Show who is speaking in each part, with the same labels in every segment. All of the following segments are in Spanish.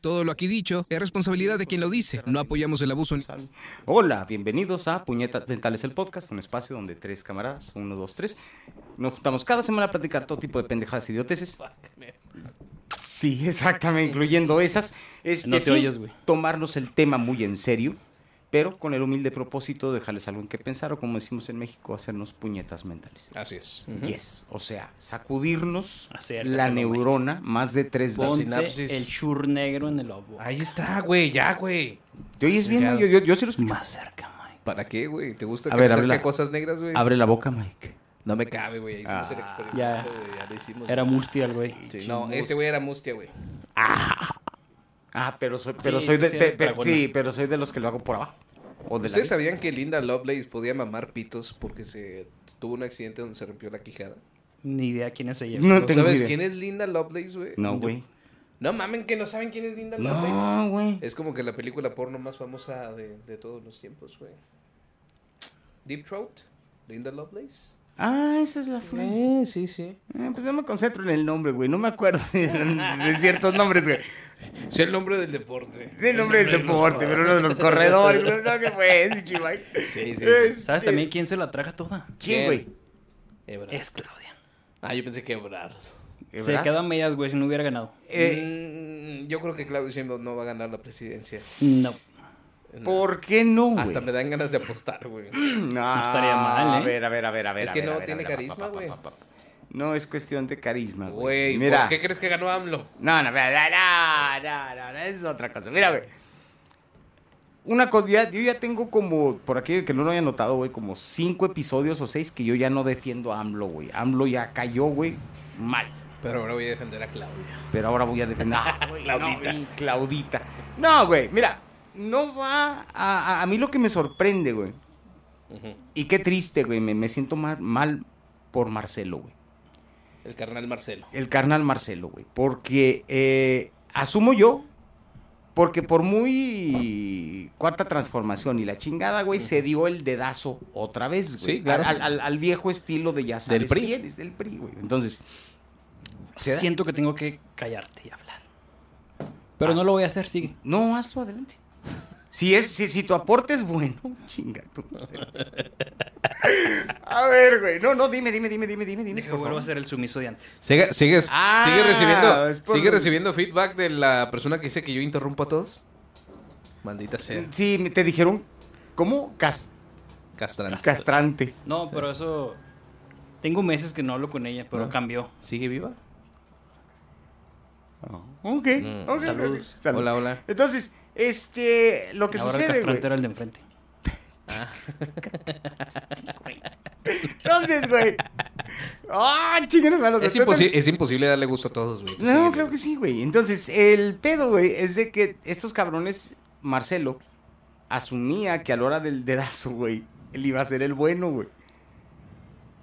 Speaker 1: Todo lo aquí dicho es responsabilidad de quien lo dice. No apoyamos el abuso.
Speaker 2: Hola, bienvenidos a Puñetas Mentales, el podcast, un espacio donde tres camaradas, uno, dos, tres, nos juntamos cada semana a platicar todo tipo de pendejadas y idioteces. Sí, exactamente, incluyendo esas. Este,
Speaker 3: No te
Speaker 2: sin
Speaker 3: oyes, güey.
Speaker 2: Tomarnos el tema muy en serio, pero con el humilde propósito de dejarles algo en que pensar o, como decimos en México, hacernos puñetas mentales.
Speaker 4: Ah,
Speaker 1: Así es.
Speaker 2: Yes, o sea, sacudirnos
Speaker 3: Acércatelo,
Speaker 2: la
Speaker 3: güey.
Speaker 2: neurona más de tres
Speaker 3: Ponte
Speaker 2: veces.
Speaker 4: sinapsis.
Speaker 3: el chur negro en el obo.
Speaker 4: Ahí está, güey, ya, güey.
Speaker 2: ¿Te oyes bien?
Speaker 4: Chingado.
Speaker 2: Yo, yo, yo sí lo escucho.
Speaker 3: Más cerca, Mike.
Speaker 4: ¿Para qué, güey? ¿Te gusta
Speaker 2: A
Speaker 4: que
Speaker 2: ver,
Speaker 4: me acerque
Speaker 2: habla.
Speaker 4: cosas negras, güey?
Speaker 2: Abre la boca, Mike.
Speaker 4: No me cabe, güey. Hicimos el
Speaker 2: Ah,
Speaker 4: experimento,
Speaker 3: ya.
Speaker 4: güey, ya lo hicimos.
Speaker 3: Pues, Era mustia el güey.
Speaker 4: Sí, no, este güey era mustia, güey.
Speaker 2: Ah, pero soy, pero
Speaker 3: Sí,
Speaker 2: soy
Speaker 3: sí,
Speaker 2: de,
Speaker 3: sí,
Speaker 2: pe-
Speaker 3: eres
Speaker 2: pe-
Speaker 3: dragona.
Speaker 2: sí, pero soy de los que lo hago por abajo. O de la
Speaker 4: ¿Ustedes
Speaker 2: vista.
Speaker 4: sabían que Linda Lovelace podía mamar pitos porque se tuvo un accidente donde se rompió la quijada?
Speaker 3: Ni idea quién es ella.
Speaker 2: No
Speaker 4: ¿No
Speaker 2: tengo
Speaker 4: sabes
Speaker 2: idea.
Speaker 4: quién es Linda Lovelace, güey?
Speaker 2: No, güey.
Speaker 4: No mamen que no saben quién es Linda Lovelace.
Speaker 2: No, güey.
Speaker 4: Es como que la película porno más famosa de, de todos los tiempos, güey. Deep Throat, Linda Lovelace.
Speaker 2: Ah, esa es la frase.
Speaker 4: sí, sí.
Speaker 2: pues no me concentro en el nombre, güey. No me acuerdo de, de ciertos nombres, güey.
Speaker 4: Es el nombre del deporte.
Speaker 2: Sí, el nombre del deporte, pero uno de los corredores. güey. No, ¿qué fue ese, Chivay?
Speaker 4: Sí, sí, sí.
Speaker 2: Este,
Speaker 3: ¿Sabes también quién se la traga toda?
Speaker 2: ¿Quién, güey?
Speaker 4: Ebrard.
Speaker 3: Es Claudia.
Speaker 4: Ah, yo pensé que Ebrard.
Speaker 2: ¿Verdad?
Speaker 3: Se quedó a medias, güey, si no hubiera ganado.
Speaker 2: Eh,
Speaker 4: Mm, yo creo que Claudio Sheinbaum no va a ganar la presidencia.
Speaker 3: No.
Speaker 4: No.
Speaker 2: ¿Por qué no, güey?
Speaker 4: Hasta me dan ganas de apostar, güey.
Speaker 2: No,
Speaker 3: estaría mal,
Speaker 2: A
Speaker 3: ¿eh?
Speaker 2: ver, a ver, a ver, a ver.
Speaker 4: Es
Speaker 2: a
Speaker 4: que
Speaker 2: ver,
Speaker 4: no
Speaker 2: a ver, a
Speaker 4: tiene
Speaker 2: ver, a ver,
Speaker 4: carisma,
Speaker 2: pa, pa,
Speaker 4: güey.
Speaker 2: pa, pa, pa. No, es cuestión de carisma, güey.
Speaker 4: Güey,
Speaker 2: Mira.
Speaker 4: ¿por qué crees que ganó AMLO?
Speaker 2: No, no, no, no, no, no, no, es otra cosa. Mira, güey. Una cosa, ya- yo ya tengo como, por aquí que no lo haya notado, güey, como cinco episodios o seis que yo ya no defiendo a AMLO, güey. AMLO ya cayó, güey, mal.
Speaker 4: Pero ahora voy a defender a Claudia.
Speaker 2: Pero ahora voy a defender a
Speaker 4: Claudita.
Speaker 2: No, y Claudita. No, güey, mira, no va a, a- a mí lo que me sorprende, güey. Y qué triste, güey, me, me siento mal, mal por Marcelo, güey.
Speaker 4: El carnal Marcelo.
Speaker 2: el carnal Marcelo, güey. Porque eh, asumo yo, porque por muy cuarta transformación y la chingada, güey, se dio el dedazo otra vez, güey.
Speaker 4: Sí, claro.
Speaker 2: Al, al- al viejo estilo de ya sabes
Speaker 4: Del PRI.
Speaker 2: quién es, del PRI, güey. Entonces, ¿se da?
Speaker 3: Siento que tengo que callarte y hablar.
Speaker 2: Ah.
Speaker 3: Pero no lo voy a hacer, sigue.
Speaker 2: no, hazlo adelante. Si, es, si, si tu aporte es bueno, chinga tú. A ver, güey. No, no, dime, dime, dime, dime, dime, dime.
Speaker 3: Deja
Speaker 2: por
Speaker 3: vuelvo a
Speaker 2: favor.
Speaker 3: ser el sumiso de antes.
Speaker 4: Sigue, sigues,
Speaker 2: Ah,
Speaker 4: sigue recibiendo,
Speaker 2: es por-
Speaker 4: sigue recibiendo feedback de la persona que dice que yo interrumpo a todos. Maldita sea.
Speaker 2: Sí, me- te dijeron, ¿cómo? Cas-
Speaker 4: Castrante.
Speaker 2: castrante.
Speaker 3: No, pero eso. Tengo meses que no hablo con ella, pero
Speaker 2: Ah.
Speaker 4: No.
Speaker 3: cambió.
Speaker 4: ¿Sigue viva?
Speaker 2: Ok,
Speaker 4: Mm,
Speaker 2: ok,
Speaker 3: saludos.
Speaker 2: ok. Salud.
Speaker 4: Hola, hola.
Speaker 2: Entonces, este, lo que
Speaker 3: Ahora el
Speaker 2: sucede,
Speaker 3: castrante
Speaker 2: güey.
Speaker 3: era el de enfrente.
Speaker 2: Entonces, güey. ¡Ah, chingones malos!
Speaker 4: Es,
Speaker 2: Entonces,
Speaker 4: imposi- es imposible darle gusto a todos, güey.
Speaker 2: No, claro que sí, güey. Entonces, el pedo, güey, es de que estos cabrones, Marcelo, asumía que a la hora del dedazo, güey, él iba a ser el bueno, güey.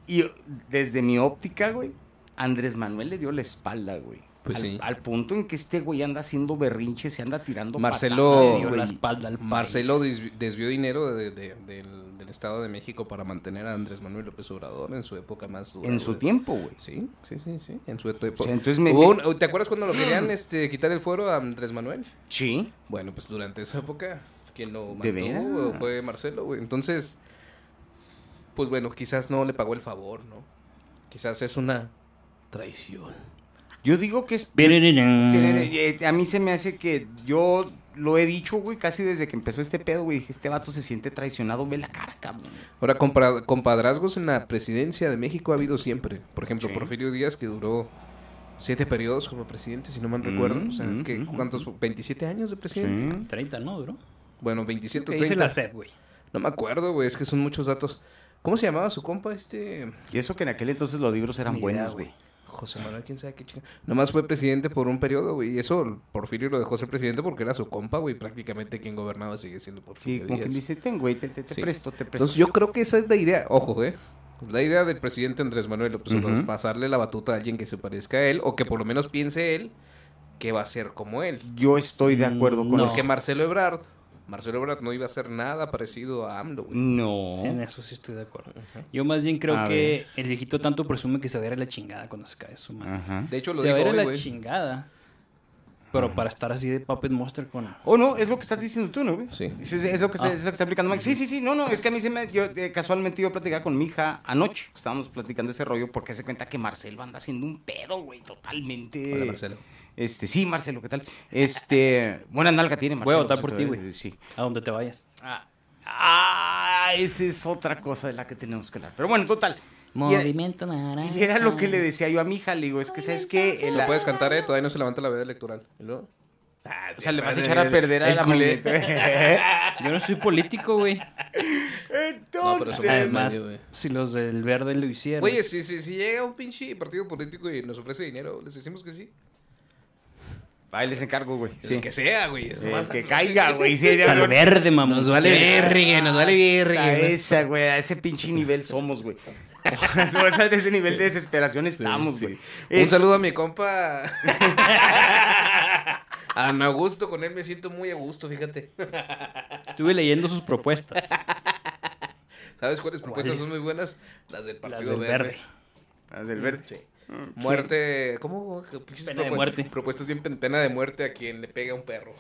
Speaker 2: Y desde mi óptica, güey, Andrés Manuel le dio la espalda, güey.
Speaker 4: Pues
Speaker 2: al,
Speaker 4: sí.
Speaker 2: al punto en que este güey anda haciendo berrinche, se anda tirando
Speaker 4: Marcelo-
Speaker 2: patadas,
Speaker 3: Le dio
Speaker 2: güey.
Speaker 3: la espalda al
Speaker 4: Marcelo
Speaker 3: país.
Speaker 4: desvi- desvió dinero de- de- del, del Estado de México para mantener a Andrés Manuel López Obrador en su época más dura.
Speaker 2: en su
Speaker 4: güey.
Speaker 2: tiempo, güey.
Speaker 4: Sí, sí, sí, sí. En su época.
Speaker 2: O sea, entonces me-
Speaker 4: Hubo un- ¿Te acuerdas cuando lo querían este, quitar el fuero a Andrés Manuel?
Speaker 2: Sí.
Speaker 4: Bueno, pues durante esa época, quien lo
Speaker 2: ¿De
Speaker 4: mantuvo
Speaker 2: veras?
Speaker 4: fue Marcelo, güey. Entonces, pues bueno, quizás no le pagó el favor, ¿no? Quizás es una traición.
Speaker 2: Yo digo que es...
Speaker 3: Biriririn.
Speaker 2: Tiene- eh, A mí se me hace que yo lo he dicho, güey, casi desde que empezó este pedo, güey. Dije, este vato se siente traicionado, ve la cara, cabrón.
Speaker 4: Ahora, compra- compadrazgos en la presidencia de México ha habido siempre. Por ejemplo,
Speaker 2: Sí.
Speaker 4: Porfirio Díaz, que duró siete periodos como presidente, si no mal
Speaker 2: Mm,
Speaker 4: recuerdo. O sea,
Speaker 2: mm,
Speaker 4: ¿qué-
Speaker 2: mm,
Speaker 4: ¿cuántos? ¿27 años de presidente?
Speaker 3: 30, ¿no, bro?
Speaker 4: Bueno, 27 o
Speaker 3: ¿Qué dice la
Speaker 4: 30.
Speaker 3: CEP, güey?
Speaker 4: No me acuerdo, güey, es que son muchos datos. ¿Cómo se llamaba su compa este?
Speaker 2: Y eso que en aquel entonces los libros eran
Speaker 3: Ni idea,
Speaker 2: buenos, güey.
Speaker 4: José Manuel, quién sabe qué chica. Nomás fue presidente por un periodo, güey. Y eso Porfirio lo dejó ser presidente porque era su compa, güey. Prácticamente quien gobernaba sigue siendo
Speaker 2: Sí,
Speaker 4: Porfirio
Speaker 2: como
Speaker 4: Díaz.
Speaker 2: quien dice, ten, güey, te, te- te
Speaker 4: Sí.
Speaker 2: presto, te presto.
Speaker 4: Entonces yo creo que esa es la idea, ojo, eh. La idea del presidente Andrés Manuel López Obrador,
Speaker 2: Ujú.
Speaker 4: pasarle la batuta a alguien que se parezca a él o que por lo menos piense él que va a ser como él.
Speaker 2: Yo estoy de acuerdo con
Speaker 3: No.
Speaker 2: eso.
Speaker 4: Porque Marcelo Ebrard, Marcelo Ebrard no iba a hacer nada parecido a AMLO, güey.
Speaker 3: En
Speaker 2: No.
Speaker 3: eso sí estoy de acuerdo. Yo más bien creo
Speaker 2: A
Speaker 3: que el viejito
Speaker 2: Ah.
Speaker 3: tanto presume que se va a ir a la chingada cuando se cae su madre.
Speaker 2: Ajá.
Speaker 4: De hecho lo
Speaker 3: se va a ir
Speaker 4: digo
Speaker 3: a
Speaker 4: hoy,
Speaker 3: la
Speaker 4: güey.
Speaker 3: chingada.
Speaker 2: Ah.
Speaker 3: Pero para estar así de Puppet Monster con.
Speaker 2: O Oh, no, es lo que estás diciendo tú, ¿no? güey?
Speaker 4: Sí.
Speaker 2: Es, es- es lo que está,
Speaker 3: Ah.
Speaker 2: es lo que está aplicando Mike. Sí, sí, sí. No, no, es que a mí se me. Yo, eh, casualmente yo platicaba con mi hija anoche. Estábamos platicando ese rollo porque se cuenta que Marcelo anda haciendo un pedo, güey, totalmente.
Speaker 4: Hola, Marcelo.
Speaker 2: Este, sí, Marcelo, ¿qué tal? Este, buena nalga tiene
Speaker 3: Voy a
Speaker 2: Marcelo.
Speaker 3: votar por ti,
Speaker 2: cierto,
Speaker 3: güey.
Speaker 2: eh, Sí.
Speaker 3: A donde te vayas.
Speaker 2: Ah, ah, esa es otra cosa de la que tenemos que hablar. Pero bueno, total. Y era,
Speaker 5: Movimiento naranja.
Speaker 2: y era lo que le decía yo a mi hija, le digo, es que sabes que
Speaker 4: Lo puedes cantar, ¿eh? Todavía no se levanta la veda electoral. ¿Y luego?
Speaker 2: Ah, o sea, le vas a echar a perder a
Speaker 4: El
Speaker 2: la
Speaker 4: culé.
Speaker 2: muñeca.
Speaker 3: Yo no soy político, güey.
Speaker 4: No, pero
Speaker 2: Entonces,
Speaker 4: somos
Speaker 3: Además,
Speaker 4: nadie, güey.
Speaker 3: si los del verde lo hicieron.
Speaker 4: Oye, si, si, si llega un pinche partido político y nos ofrece dinero, les decimos que sí.
Speaker 2: ahí les encargo, güey. Sí.
Speaker 4: El que sea, güey. es
Speaker 2: El
Speaker 4: nomás-
Speaker 2: que caiga, güey. Sí,
Speaker 3: Hasta el verde, mamón.
Speaker 4: Nos vale verga, nos vale verga.
Speaker 2: Ah, A
Speaker 4: güey.
Speaker 2: esa, güey, a ese pinche nivel somos, güey. O sea, de ese nivel de desesperación estamos,
Speaker 4: Sí,
Speaker 2: güey.
Speaker 4: sí. Un
Speaker 2: Es-
Speaker 4: saludo a mi compa. A Ana Augusto, con él me siento muy a gusto, fíjate.
Speaker 3: Estuve leyendo sus propuestas.
Speaker 4: ¿Sabes cuáles propuestas son muy buenas? Las del
Speaker 3: las
Speaker 4: Partido
Speaker 3: del verde.
Speaker 4: Verde.
Speaker 2: Ah, del verde.
Speaker 4: Sí. Muerte, ¿cómo? ¿Qué pinches
Speaker 3: Pena de
Speaker 4: propu-
Speaker 3: muerte.
Speaker 4: Propuestas bien pen- pena de muerte a quien le pega a un perro.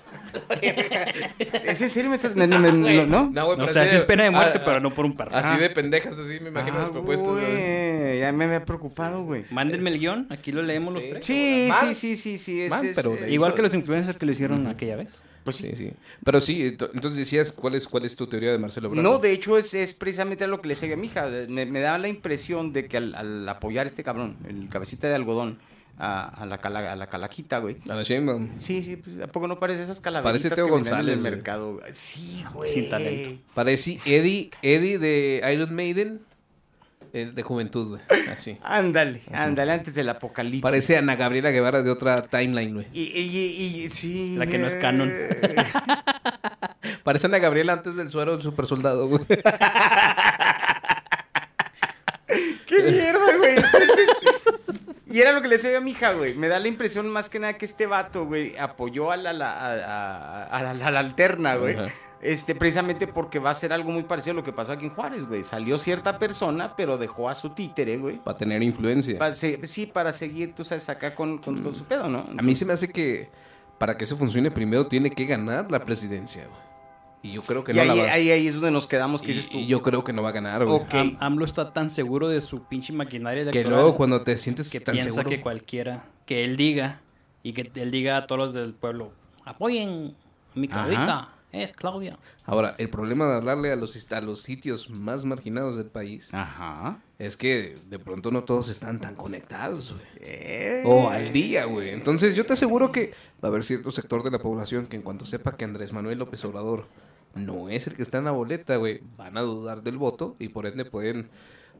Speaker 2: ¿Es en serio me estás.? me- me- me- no, no.
Speaker 4: güey,
Speaker 3: No, o
Speaker 4: pero
Speaker 3: sea,
Speaker 4: así
Speaker 3: sí es pena de muerte,
Speaker 4: ah,
Speaker 3: pero no por un perro.
Speaker 4: Así de pendejas, así me imagino
Speaker 2: Ah,
Speaker 4: las propuestas. güey.
Speaker 2: güey, Ya me había preocupado, güey.
Speaker 3: Mándenme el guión, aquí lo leemos los
Speaker 4: Sí.
Speaker 3: tres.
Speaker 2: Sí, sí,
Speaker 4: Mal.
Speaker 2: sí, sí, sí. es-
Speaker 4: Mal,
Speaker 2: es-
Speaker 4: pero
Speaker 2: es-
Speaker 3: Igual que los influencers que lo hicieron aquella vez.
Speaker 2: Pues sí.
Speaker 4: Sí, sí. Pero sí, ento- entonces decías, ¿cuál es, cuál es tu teoría de Marcelo Obrador?
Speaker 2: No, de hecho, es, es precisamente lo que le decía yo a mi hija. Me, me daba la impresión de que al, al apoyar este cabrón, el cabecita de algodón, a, a la, cala- a la calaquita, güey.
Speaker 4: A la Sheinbaum.
Speaker 2: Sí, sí, pues, ¿a poco no parece esas calaveritas
Speaker 4: Parece Teo
Speaker 2: que venden
Speaker 4: González,
Speaker 2: en el
Speaker 4: güey.
Speaker 2: mercado? Sí, güey.
Speaker 3: Sin talento.
Speaker 4: Parece Eddie, Eddie de Iron Maiden, eh, de juventud, güey. Así.
Speaker 2: Ándale, ándale, antes del apocalipsis.
Speaker 4: Parece Ana Gabriela Guevara de otra timeline, güey.
Speaker 2: Y, y- y- y- sí.
Speaker 3: La que no es canon.
Speaker 4: Parece Ana Gabriela antes del suero del super soldado, güey.
Speaker 2: ¡Qué mierda, güey! Entonces, y era lo que le decía yo a mi hija, güey. Me da la impresión más que nada que este vato, güey, apoyó a la, la- a, a- a la, a la alterna, güey.
Speaker 4: Ajá.
Speaker 2: Este, precisamente porque va a ser algo muy parecido a lo que pasó aquí en Juárez, güey. Salió cierta persona, pero dejó a su títere, güey.
Speaker 4: Para tener influencia.
Speaker 2: Pa- se- sí, para seguir, tú sabes, acá con, con- con su pedo, ¿no?
Speaker 4: Mm. A mí se me hace que para que eso funcione primero tiene que ganar la presidencia, güey. Y yo creo que
Speaker 2: y
Speaker 4: no
Speaker 2: ahí,
Speaker 4: la va
Speaker 2: ahí, ahí es donde nos quedamos, que dices
Speaker 4: y,
Speaker 2: tú.
Speaker 4: y yo creo que no va a ganar, güey.
Speaker 2: Ok.
Speaker 3: Am- AMLO está tan seguro de su pinche maquinaria
Speaker 4: Que
Speaker 3: electoral
Speaker 4: luego cuando te sientes
Speaker 3: que
Speaker 4: tan
Speaker 3: piensa
Speaker 4: seguro...
Speaker 3: que cualquiera, que él diga y que él diga a todos los del pueblo, apoyen a mi
Speaker 2: Ajá.
Speaker 3: Claudita, eh, Claudia.
Speaker 4: Ahora, el problema de hablarle a los, a los sitios más marginados del país
Speaker 3: Ah.
Speaker 2: Ajá.
Speaker 4: es que de pronto no todos están tan conectados, güey.
Speaker 2: Eh.
Speaker 4: O Oh, al día, güey. Entonces yo te aseguro que va a haber cierto sector de la población que en cuanto sepa que Andrés Manuel López Obrador no es el que está en la boleta, güey, van a dudar del voto y por ende pueden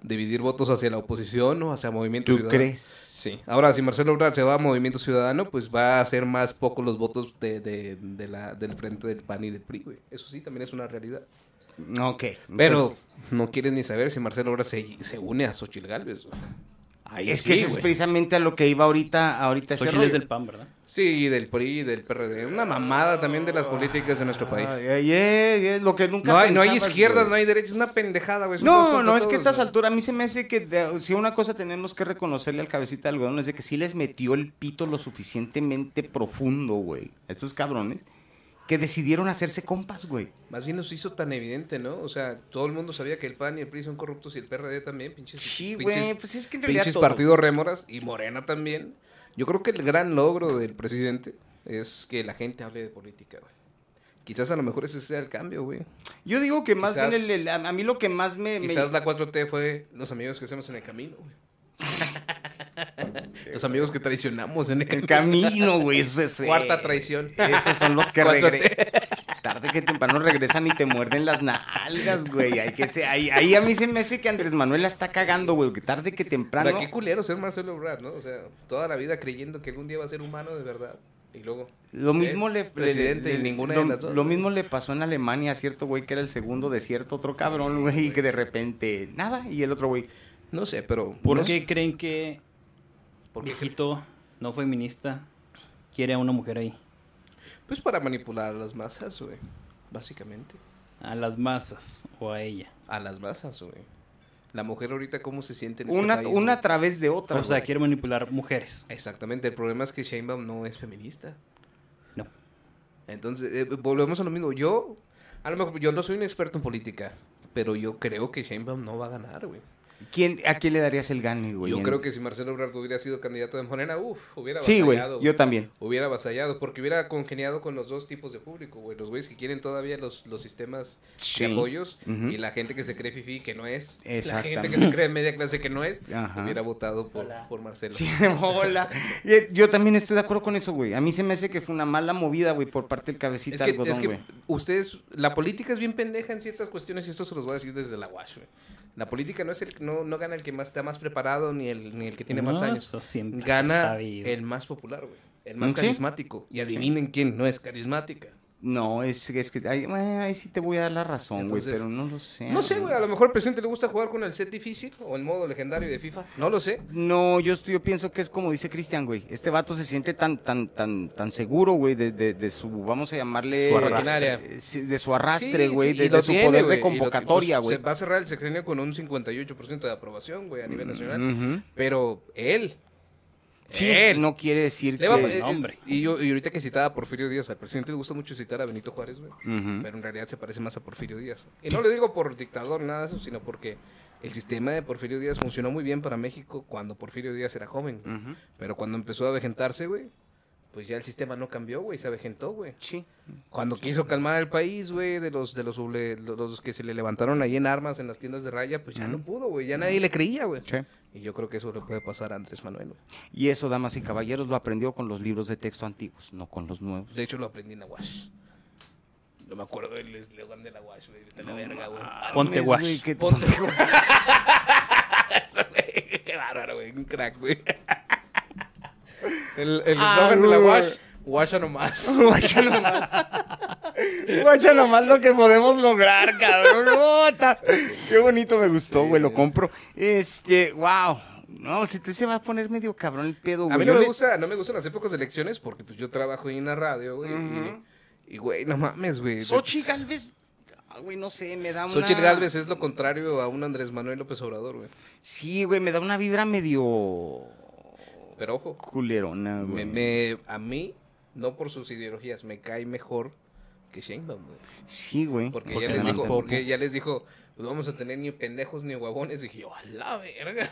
Speaker 4: dividir votos hacia la oposición o hacia Movimiento
Speaker 2: ¿Tú
Speaker 4: Ciudadano.
Speaker 2: crees?
Speaker 4: Sí. Ahora, si Marcelo Obrador se va a Movimiento Ciudadano, pues va a ser más poco los votos de, de- de la, del frente del PAN y del PRI, güey. Eso sí, también es una realidad.
Speaker 2: Ok.
Speaker 4: Pero
Speaker 2: entonces-
Speaker 4: no quieres ni saber si Marcelo Obrador se, se une a Xochitl Galvez, güey. Ahí
Speaker 2: Es
Speaker 4: sí,
Speaker 2: que eso es
Speaker 4: güey.
Speaker 2: precisamente a lo que iba ahorita, ahorita ese
Speaker 3: Xochitl
Speaker 2: rollo.
Speaker 3: es del PAN, ¿verdad?
Speaker 4: Sí, del PRI, del PRD. Una mamada también de las políticas de nuestro país.
Speaker 2: Ah, yeah, yeah, yeah, lo que nunca
Speaker 4: No hay, no hay
Speaker 2: pensabas,
Speaker 4: izquierdas,
Speaker 2: güey.
Speaker 4: no hay derechas, es una pendejada, güey. Es un todos
Speaker 2: No,
Speaker 4: contra
Speaker 2: no, es
Speaker 4: todos,
Speaker 2: que a estas
Speaker 4: güey.
Speaker 2: alturas a mí se me hace que de- si una cosa tenemos que reconocerle al cabecita de algodón es de que sí les metió el pito lo suficientemente profundo, güey, a estos cabrones que decidieron hacerse compas, güey.
Speaker 4: Más bien nos hizo tan evidente, ¿no? O sea, todo el mundo sabía que el PAN y el PRI son corruptos y el PRD también, pinches.
Speaker 2: Sí,
Speaker 4: pinches-
Speaker 2: güey, pues es que en realidad
Speaker 4: pinches
Speaker 2: todo-
Speaker 4: partidos rémoras y Morena también. Yo creo que el gran logro del presidente es que la gente hable de política, güey. Quizás a lo mejor ese sea el cambio, güey.
Speaker 2: Yo digo que más
Speaker 4: Quizás-
Speaker 2: bien el- el- a a mí lo que más me, me-
Speaker 4: Quizás la 4T fue los amigos que hacemos en el camino, güey. los amigos que traicionamos en el
Speaker 2: el
Speaker 4: camino.
Speaker 2: camino, güey, eso es
Speaker 4: Cuarta
Speaker 2: traición.
Speaker 4: traición.
Speaker 2: Esos son los que
Speaker 4: Cuatro
Speaker 2: regresan. Tarde que temprano regresan y te muerden las nalgas, güey. Hay que se- ahí, ahí a mí se me hace que Andrés Manuel la está cagando, güey. Que tarde que temprano.
Speaker 4: Ahora, qué culero ser Marcelo Ebrard, ¿no? O sea, toda la vida creyendo que algún día va a ser humano de verdad. Y luego...
Speaker 2: Lo mismo
Speaker 4: ¿eh?
Speaker 2: le, le-
Speaker 4: Presidente
Speaker 2: le-
Speaker 4: y ninguna
Speaker 2: lo,
Speaker 4: de las dos.
Speaker 2: lo mismo le pasó en Alemania a cierto güey que era el segundo de cierto otro cabrón, güey, y que de repente nada y el otro güey.
Speaker 4: No sé, pero...
Speaker 3: ¿Por
Speaker 4: no
Speaker 3: qué creen que
Speaker 4: ¿Por qué
Speaker 3: viejito no feminista quiere a una mujer ahí?
Speaker 4: sé. Pues para manipular a las masas, güey. Básicamente.
Speaker 3: A las masas o a ella.
Speaker 4: A las masas, güey. La mujer ahorita cómo se siente en este
Speaker 2: Una,
Speaker 4: país,
Speaker 2: una a
Speaker 4: güey.
Speaker 2: través de otra.
Speaker 3: O sea,
Speaker 2: güey.
Speaker 3: quiere manipular mujeres.
Speaker 4: Exactamente, el problema es que Sheinbaum no es feminista. Entonces, eh, volvemos a lo mismo. Yo, a lo mejor, yo no soy un experto en política, pero yo creo que Sheinbaum no va a ganar, güey.
Speaker 2: ¿Quién, ¿A quién le darías el gane, güey?
Speaker 4: Yo
Speaker 2: En-
Speaker 4: creo que si Marcelo Ebrard hubiera sido candidato de Morena, uff, hubiera
Speaker 2: Sí, güey,
Speaker 4: avasallado,
Speaker 2: yo también.
Speaker 4: Hubiera avasallado, porque hubiera congeniado con los dos tipos de público, güey. Los güeyes que quieren todavía los, los sistemas
Speaker 2: Sí.
Speaker 4: de apoyos
Speaker 2: Ujú.
Speaker 4: y la gente que se cree fifi que no es. La gente que
Speaker 2: Exactamente.
Speaker 4: se cree media clase que no es,
Speaker 2: Ajá.
Speaker 4: hubiera votado por,
Speaker 3: Hola.
Speaker 4: por Marcelo.
Speaker 2: Sí, hola. Y- eh, Yo también estoy de acuerdo con eso, güey. A mí se me hace que fue una mala movida, güey, por parte del cabecita
Speaker 4: Es que,
Speaker 2: algodón,
Speaker 4: es que
Speaker 2: güey.
Speaker 4: ustedes, la política es bien pendeja en ciertas cuestiones y esto se los voy a decir desde la WASH, güey. La política no es el no, no gana el que más está más preparado ni el, ni el que tiene más
Speaker 3: No,
Speaker 4: años.
Speaker 3: eso siempre se ha
Speaker 4: Gana
Speaker 3: sabido.
Speaker 4: el más popular, güey. El más
Speaker 2: ¿Mm, ¿Sí?
Speaker 4: carismático. Y adivinen quién no es carismática.
Speaker 2: No, es, es que ay, bueno, ahí sí te voy a dar la razón, güey,
Speaker 4: Entonces,
Speaker 2: pero no lo sé.
Speaker 4: No sé, güey. A lo mejor al presidente le gusta jugar con el set difícil o el modo legendario de FIFA. No lo sé.
Speaker 2: No, yo, estoy- yo pienso que es como dice Cristian, güey. Este vato se siente tan, tan, tan, tan seguro, güey, de, de- de su, vamos a llamarle...
Speaker 4: Su arrastre.
Speaker 2: eh, sí, De su arrastre,
Speaker 4: Sí,
Speaker 2: güey,
Speaker 4: sí, y
Speaker 2: de,
Speaker 4: lo
Speaker 2: de su
Speaker 4: tiene,
Speaker 2: poder
Speaker 4: güey, y
Speaker 2: de
Speaker 4: lo tiene.
Speaker 2: convocatoria,
Speaker 4: Pues,
Speaker 2: güey.
Speaker 4: Se va a cerrar el sexenio con un 58% de aprobación, güey, a
Speaker 2: Mm.
Speaker 4: nivel nacional.
Speaker 2: Ujú.
Speaker 4: Pero él,
Speaker 2: Sí,
Speaker 4: Él.
Speaker 2: no quiere decir
Speaker 4: Le va a
Speaker 2: que...
Speaker 4: poner-
Speaker 3: No, hombre.
Speaker 4: Y, yo, y ahorita que citaba a Porfirio Díaz, al presidente le gusta mucho citar a Benito Juárez, güey.
Speaker 2: Ujú.
Speaker 4: Pero en realidad se parece más a Porfirio Díaz. Y no le digo por dictador, nada de eso, sino porque el sistema de Porfirio Díaz funcionó muy bien para México cuando Porfirio Díaz era joven. güey.
Speaker 2: Ujú.
Speaker 4: Pero cuando empezó a vejentarse, güey, pues ya el sistema no cambió, güey, se avejentó, güey.
Speaker 2: Sí.
Speaker 4: Cuando quiso calmar al país, güey, de los, de los, suble- los- los que se le levantaron ahí en armas en las tiendas de raya, pues ya no pudo, güey, ya nadie le creía, güey.
Speaker 2: Mm. Sí.
Speaker 4: Y yo creo que eso le puede pasar a Andrés Manuel, güey.
Speaker 2: Y eso, damas y caballeros, lo aprendió con los libros de texto antiguos, no con los nuevos.
Speaker 4: De hecho, lo aprendí en la WASH. No me acuerdo del eslogan de la WASH, güey. Vete a la verga, güey.
Speaker 3: Ponte
Speaker 2: Mames,
Speaker 3: guash.
Speaker 2: güey, que-
Speaker 4: Ponte guash. Eso, güey. Qué bárbaro, güey. Un crack, güey. El el
Speaker 2: Ah,
Speaker 4: eslogan de la
Speaker 2: güey.
Speaker 4: WASH, WASH nomás.
Speaker 2: Guacha nomás. Guacha nomás lo que podemos lograr, cabrón. No, está- Qué bonito me gustó,
Speaker 4: Sí.
Speaker 2: güey, lo compro. Este, wow. No, si te se va a poner medio cabrón el pedo, güey.
Speaker 4: A mí no
Speaker 2: Yo
Speaker 4: me,
Speaker 2: le-
Speaker 4: gusta, no me gustan las épocas de elecciones porque pues, yo trabajo ahí en la radio, güey. y-
Speaker 2: Ujú.
Speaker 4: Y, güey, no mames, güey.
Speaker 2: Xochitl Galvez. ah, Güey, no sé, me da una.
Speaker 4: Xochitl Galvez es lo contrario a un Andrés Manuel López Obrador, güey.
Speaker 2: Sí, güey, me da una vibra medio.
Speaker 4: Pero ojo,
Speaker 2: culerona,
Speaker 4: me,
Speaker 2: güey.
Speaker 4: me- a mí, no por sus ideologías, me cae mejor que Sheinbaum, güey.
Speaker 2: Sí, güey.
Speaker 4: Porque,
Speaker 3: Porque
Speaker 4: ya les
Speaker 3: además
Speaker 4: dijo,
Speaker 3: tampoco.
Speaker 4: porque ya les dijo, no vamos a tener ni pendejos ni huevones. dije yo, a la verga.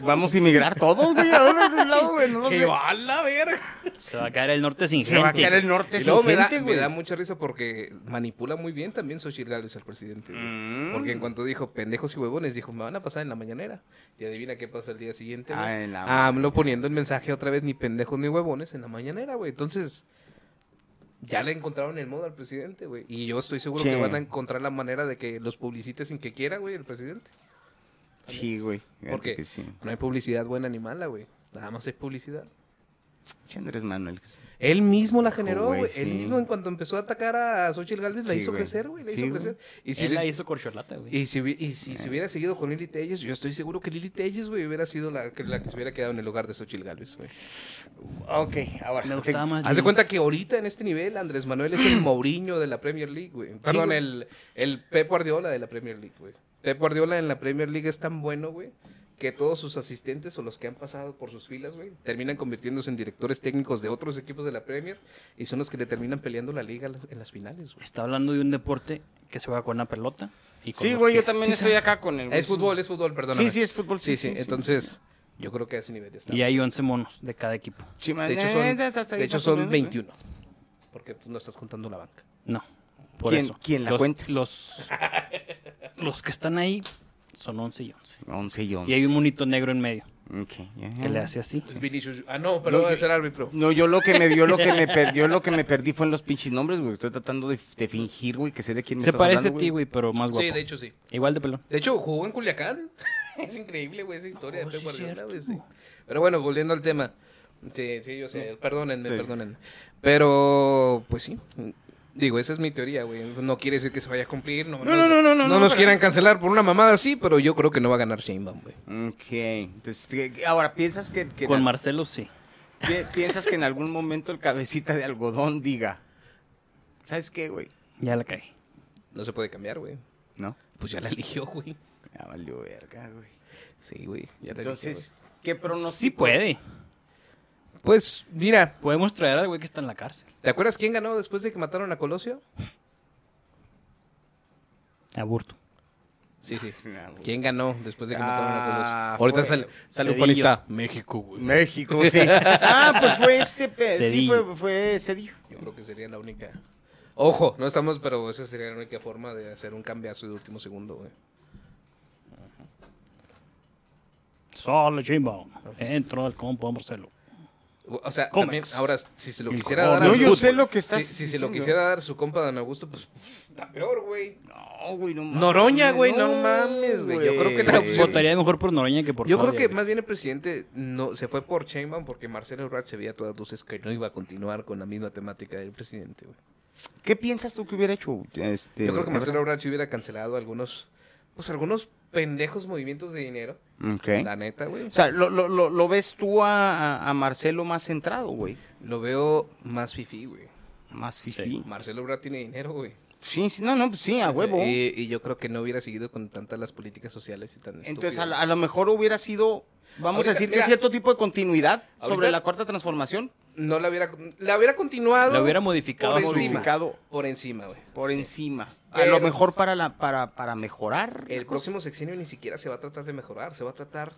Speaker 2: Vamos a inmigrar todos, güey. A un lado, güey. No lo
Speaker 4: Dije
Speaker 2: sé.
Speaker 4: yo, a la verga.
Speaker 3: Se va a caer el norte sin
Speaker 2: Se va a
Speaker 3: gente.
Speaker 2: caer el norte
Speaker 4: Y
Speaker 2: sin
Speaker 4: luego me da,
Speaker 2: gente,
Speaker 4: me
Speaker 2: güey.
Speaker 4: da mucha risa porque manipula muy bien también Xochitl Gálvez al presidente. güey.
Speaker 2: Mm.
Speaker 4: Porque en cuanto dijo pendejos y huevones, dijo, me van a pasar en la mañanera. Y adivina qué pasa el día siguiente. güey.
Speaker 2: Ah, en la
Speaker 4: Ah, AMLO poniendo el mensaje otra vez, ni pendejos ni huevones en la mañanera, güey. Entonces, ya le encontraron el modo al presidente, güey. Y yo estoy seguro
Speaker 2: Sí.
Speaker 4: que van a encontrar la manera de que los publicite sin que quiera, güey, el presidente.
Speaker 2: Sí, güey. fíjate
Speaker 4: Porque
Speaker 2: que sí.
Speaker 4: no hay publicidad buena ni mala, güey. Nada más hay publicidad.
Speaker 2: Che, Andrés Manuel.
Speaker 4: Él mismo la generó,
Speaker 2: güey,
Speaker 4: güey. Él
Speaker 2: sí.
Speaker 4: mismo, en cuanto empezó a atacar a Xochitl Galvez, la
Speaker 2: Sí,
Speaker 4: hizo
Speaker 2: güey.
Speaker 4: crecer, güey. La
Speaker 2: Sí,
Speaker 4: hizo
Speaker 2: güey.
Speaker 4: crecer. Y si,
Speaker 3: Él la
Speaker 4: les-
Speaker 3: hizo corcholata, güey.
Speaker 4: y si, hubi- y si
Speaker 2: Eh.
Speaker 4: se hubiera seguido con Lili Telles, yo estoy seguro que Lili Telles, güey, hubiera sido la, que- la que se hubiera quedado en el lugar de Xochitl Galvez, güey.
Speaker 2: Ok, ahora.
Speaker 3: Me gustaba más.
Speaker 4: Haz de
Speaker 3: Lili.
Speaker 4: cuenta que ahorita en este nivel Andrés Manuel es el Mourinho de la Premier League, güey. Perdón,
Speaker 2: güey.
Speaker 4: el, el Pep Guardiola de la Premier League, güey. Pep Guardiola en la Premier League es tan bueno, güey, que todos sus asistentes o los que han pasado por sus filas, güey, terminan convirtiéndose en directores técnicos de otros equipos de la Premier y son los que le terminan peleando la liga a las- en las finales, güey.
Speaker 3: Está hablando de un deporte que se juega con una pelota. Y con
Speaker 2: Sí,
Speaker 3: los
Speaker 2: güey, yo
Speaker 3: pies.
Speaker 2: también estoy acá con el.
Speaker 4: Es fútbol, es fútbol, perdón.
Speaker 2: Sí, sí, es fútbol.
Speaker 4: Sí, sí, entonces yo creo que a ese nivel está.
Speaker 3: Y hay 11 monos de cada equipo.
Speaker 2: Sí, man,
Speaker 4: de hecho
Speaker 2: eh,
Speaker 4: son,
Speaker 2: hasta ahí
Speaker 4: de hecho,
Speaker 2: más o
Speaker 4: son
Speaker 2: menos, ¿eh?
Speaker 4: 21, porque tú no estás contando la banca.
Speaker 3: No. Por
Speaker 2: ¿Quién-
Speaker 3: eso.
Speaker 2: quién la
Speaker 3: los,
Speaker 2: cuenta?
Speaker 3: Los, los que están ahí son 11 y 11.
Speaker 2: ¿eh? 11 y 11.
Speaker 3: Y hay un monito negro en medio que le hace así.
Speaker 4: Entonces, Vinicius- ah, no, perdón,
Speaker 2: No, yo-
Speaker 4: es el árbitro.
Speaker 2: No, yo lo que me vio, lo que me perdió, lo que me perdí fue en los pinches nombres, güey. Estoy tratando de, de fingir, güey, que sé de quién me
Speaker 3: Se
Speaker 2: estás
Speaker 3: parece
Speaker 2: hablando,
Speaker 3: a ti, güey, pero más guapo.
Speaker 4: Sí, de hecho sí.
Speaker 3: Igual de pelón.
Speaker 4: De hecho, jugó en Culiacán. es increíble, güey, esa historia
Speaker 3: Oh,
Speaker 4: de Pep
Speaker 3: sí,
Speaker 4: Guardiola,
Speaker 3: cierto.
Speaker 4: güey, sí. Pero bueno, volviendo al tema. Sí, sí, yo sé. Perdónenme,
Speaker 2: Sí.
Speaker 4: perdónenme. Pero, pues sí. Digo, esa es mi teoría, güey. No quiere decir que se vaya a cumplir. No,
Speaker 2: no, no, no, no, no,
Speaker 4: nos
Speaker 2: pero-
Speaker 4: quieran cancelar por una mamada así, pero yo creo que no va a ganar Sheinbaum, güey.
Speaker 2: Ok. Entonces, ¿qué- qué- ahora, ¿piensas que, que,
Speaker 3: Con
Speaker 2: en-
Speaker 3: Marcelo sí.
Speaker 2: que- ¿piensas que en algún momento el cabecita de algodón diga? ¿Sabes qué, güey?
Speaker 3: Ya la caí.
Speaker 4: No se puede cambiar, güey.
Speaker 2: No.
Speaker 4: Pues ya la eligió, güey.
Speaker 2: Ya valió verga, güey.
Speaker 4: Sí, güey. ya la eligió,
Speaker 2: Entonces, ¿qué pronóstico?
Speaker 3: Sí puede.
Speaker 4: güey. Pues, mira,
Speaker 3: Podemos traer al güey que está en la cárcel.
Speaker 4: ¿te acuerdas quién ganó después de que mataron a Colosio?
Speaker 3: Aburto.
Speaker 4: Sí, sí.
Speaker 2: Ah, güey.
Speaker 4: ¿Quién ganó después de que mataron a
Speaker 2: Ah,
Speaker 4: Colosio? Ahorita
Speaker 2: fue
Speaker 4: sale, sale un
Speaker 3: Cedillo.
Speaker 4: panista. México, güey.
Speaker 2: México, sí. Ah, pues fue este. pe- Sí,
Speaker 3: Cedillo.
Speaker 2: fue, fue Cedillo.
Speaker 4: Yo creo que sería la única. Ojo, no estamos, pero esa sería la única forma de hacer un cambiazo de último segundo, güey.
Speaker 3: Solo chimbo. Entro al compa Marcelo.
Speaker 4: O sea,
Speaker 3: Comex.
Speaker 4: también, ahora, si se lo
Speaker 3: El
Speaker 4: quisiera
Speaker 3: cojón.
Speaker 4: dar
Speaker 2: No,
Speaker 4: al
Speaker 2: yo
Speaker 4: fútbol,
Speaker 2: sé lo que estás
Speaker 4: Si, si se lo
Speaker 2: diciendo.
Speaker 4: quisiera dar su compa Don Augusto, pues está peor, güey.
Speaker 2: No, güey, no mames.
Speaker 4: Noroña, güey, no mames, güey. Yo creo que la
Speaker 2: güey.
Speaker 4: Sí. opción-
Speaker 3: Votaría mejor por Noroña que por
Speaker 4: Yo creo
Speaker 3: Claudia,
Speaker 4: que
Speaker 3: güey.
Speaker 4: más bien el presidente no se fue por Sheinbaum porque Marcelo Ebrard se veía a todas luces que no iba a continuar con la misma temática del presidente, güey.
Speaker 2: ¿Qué piensas tú que hubiera hecho? Este,
Speaker 4: Yo creo que Marcelo
Speaker 2: Ebrard?
Speaker 4: Ebrard sí hubiera cancelado algunos, pues algunos pendejos movimientos de dinero.
Speaker 2: Ok.
Speaker 4: La neta, güey.
Speaker 2: O sea, lo, lo, lo, lo ves tú a, a- a Marcelo más centrado, güey.
Speaker 4: Lo veo más fifí, güey.
Speaker 2: Más fifí.
Speaker 4: Marcelo Ebrard tiene dinero, güey.
Speaker 2: Sí, sí, no, no, pues sí, a huevo.
Speaker 4: Y, y yo creo que no hubiera seguido con tantas las políticas sociales y tan
Speaker 2: Entonces, a,
Speaker 4: estúpidas.
Speaker 2: la- a lo mejor hubiera sido, vamos
Speaker 4: Ahorita,
Speaker 2: a decir,
Speaker 4: mira.
Speaker 2: que cierto tipo de continuidad sobre
Speaker 4: Ahorita-
Speaker 2: la cuarta transformación
Speaker 4: No la hubiera... La hubiera continuado...
Speaker 3: La hubiera modificado.
Speaker 4: por
Speaker 2: por
Speaker 4: encima.
Speaker 2: modificado
Speaker 4: Por encima, güey.
Speaker 2: por encima.
Speaker 4: Pero-
Speaker 2: a lo mejor para, la, para, para mejorar.
Speaker 4: El próximo sexenio ni siquiera se va a tratar de mejorar, se va a tratar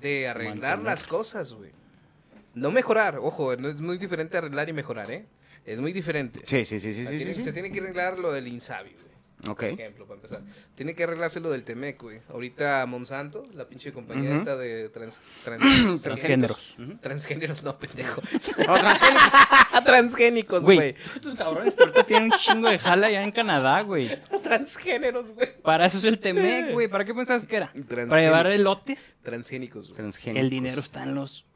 Speaker 4: de arreglar
Speaker 3: Mantener.
Speaker 4: las cosas, güey. No mejorar, ojo, no es muy diferente arreglar y mejorar, ¿eh? Es muy diferente.
Speaker 2: Sí, sí, sí, sí,
Speaker 4: O sea,
Speaker 2: sí,
Speaker 4: tiene-
Speaker 2: sí,
Speaker 4: Se
Speaker 2: sí.
Speaker 4: tiene que arreglar lo del Insabi, güey.
Speaker 2: Ok.
Speaker 4: Por ejemplo, para empezar. Tiene que arreglarse lo del Temec, güey. Ahorita Monsanto, la pinche compañía
Speaker 2: Ujú.
Speaker 4: esta de trans, trans-
Speaker 3: Transgéneros.
Speaker 4: Transgéneros, no, pendejo.
Speaker 2: Otras gentes.
Speaker 4: transgénicos,
Speaker 3: Güey,
Speaker 4: güey.
Speaker 3: estos cabrones ahorita tienen un chingo de jala ya en Canadá, güey.
Speaker 4: Transgéneros, güey.
Speaker 3: Para eso es el Temec, güey. ¿Para qué pensabas que era?
Speaker 4: Transgénicos.
Speaker 3: Para llevar elotes.
Speaker 4: Transgénicos, güey.
Speaker 2: Transgénicos.
Speaker 3: El dinero está en los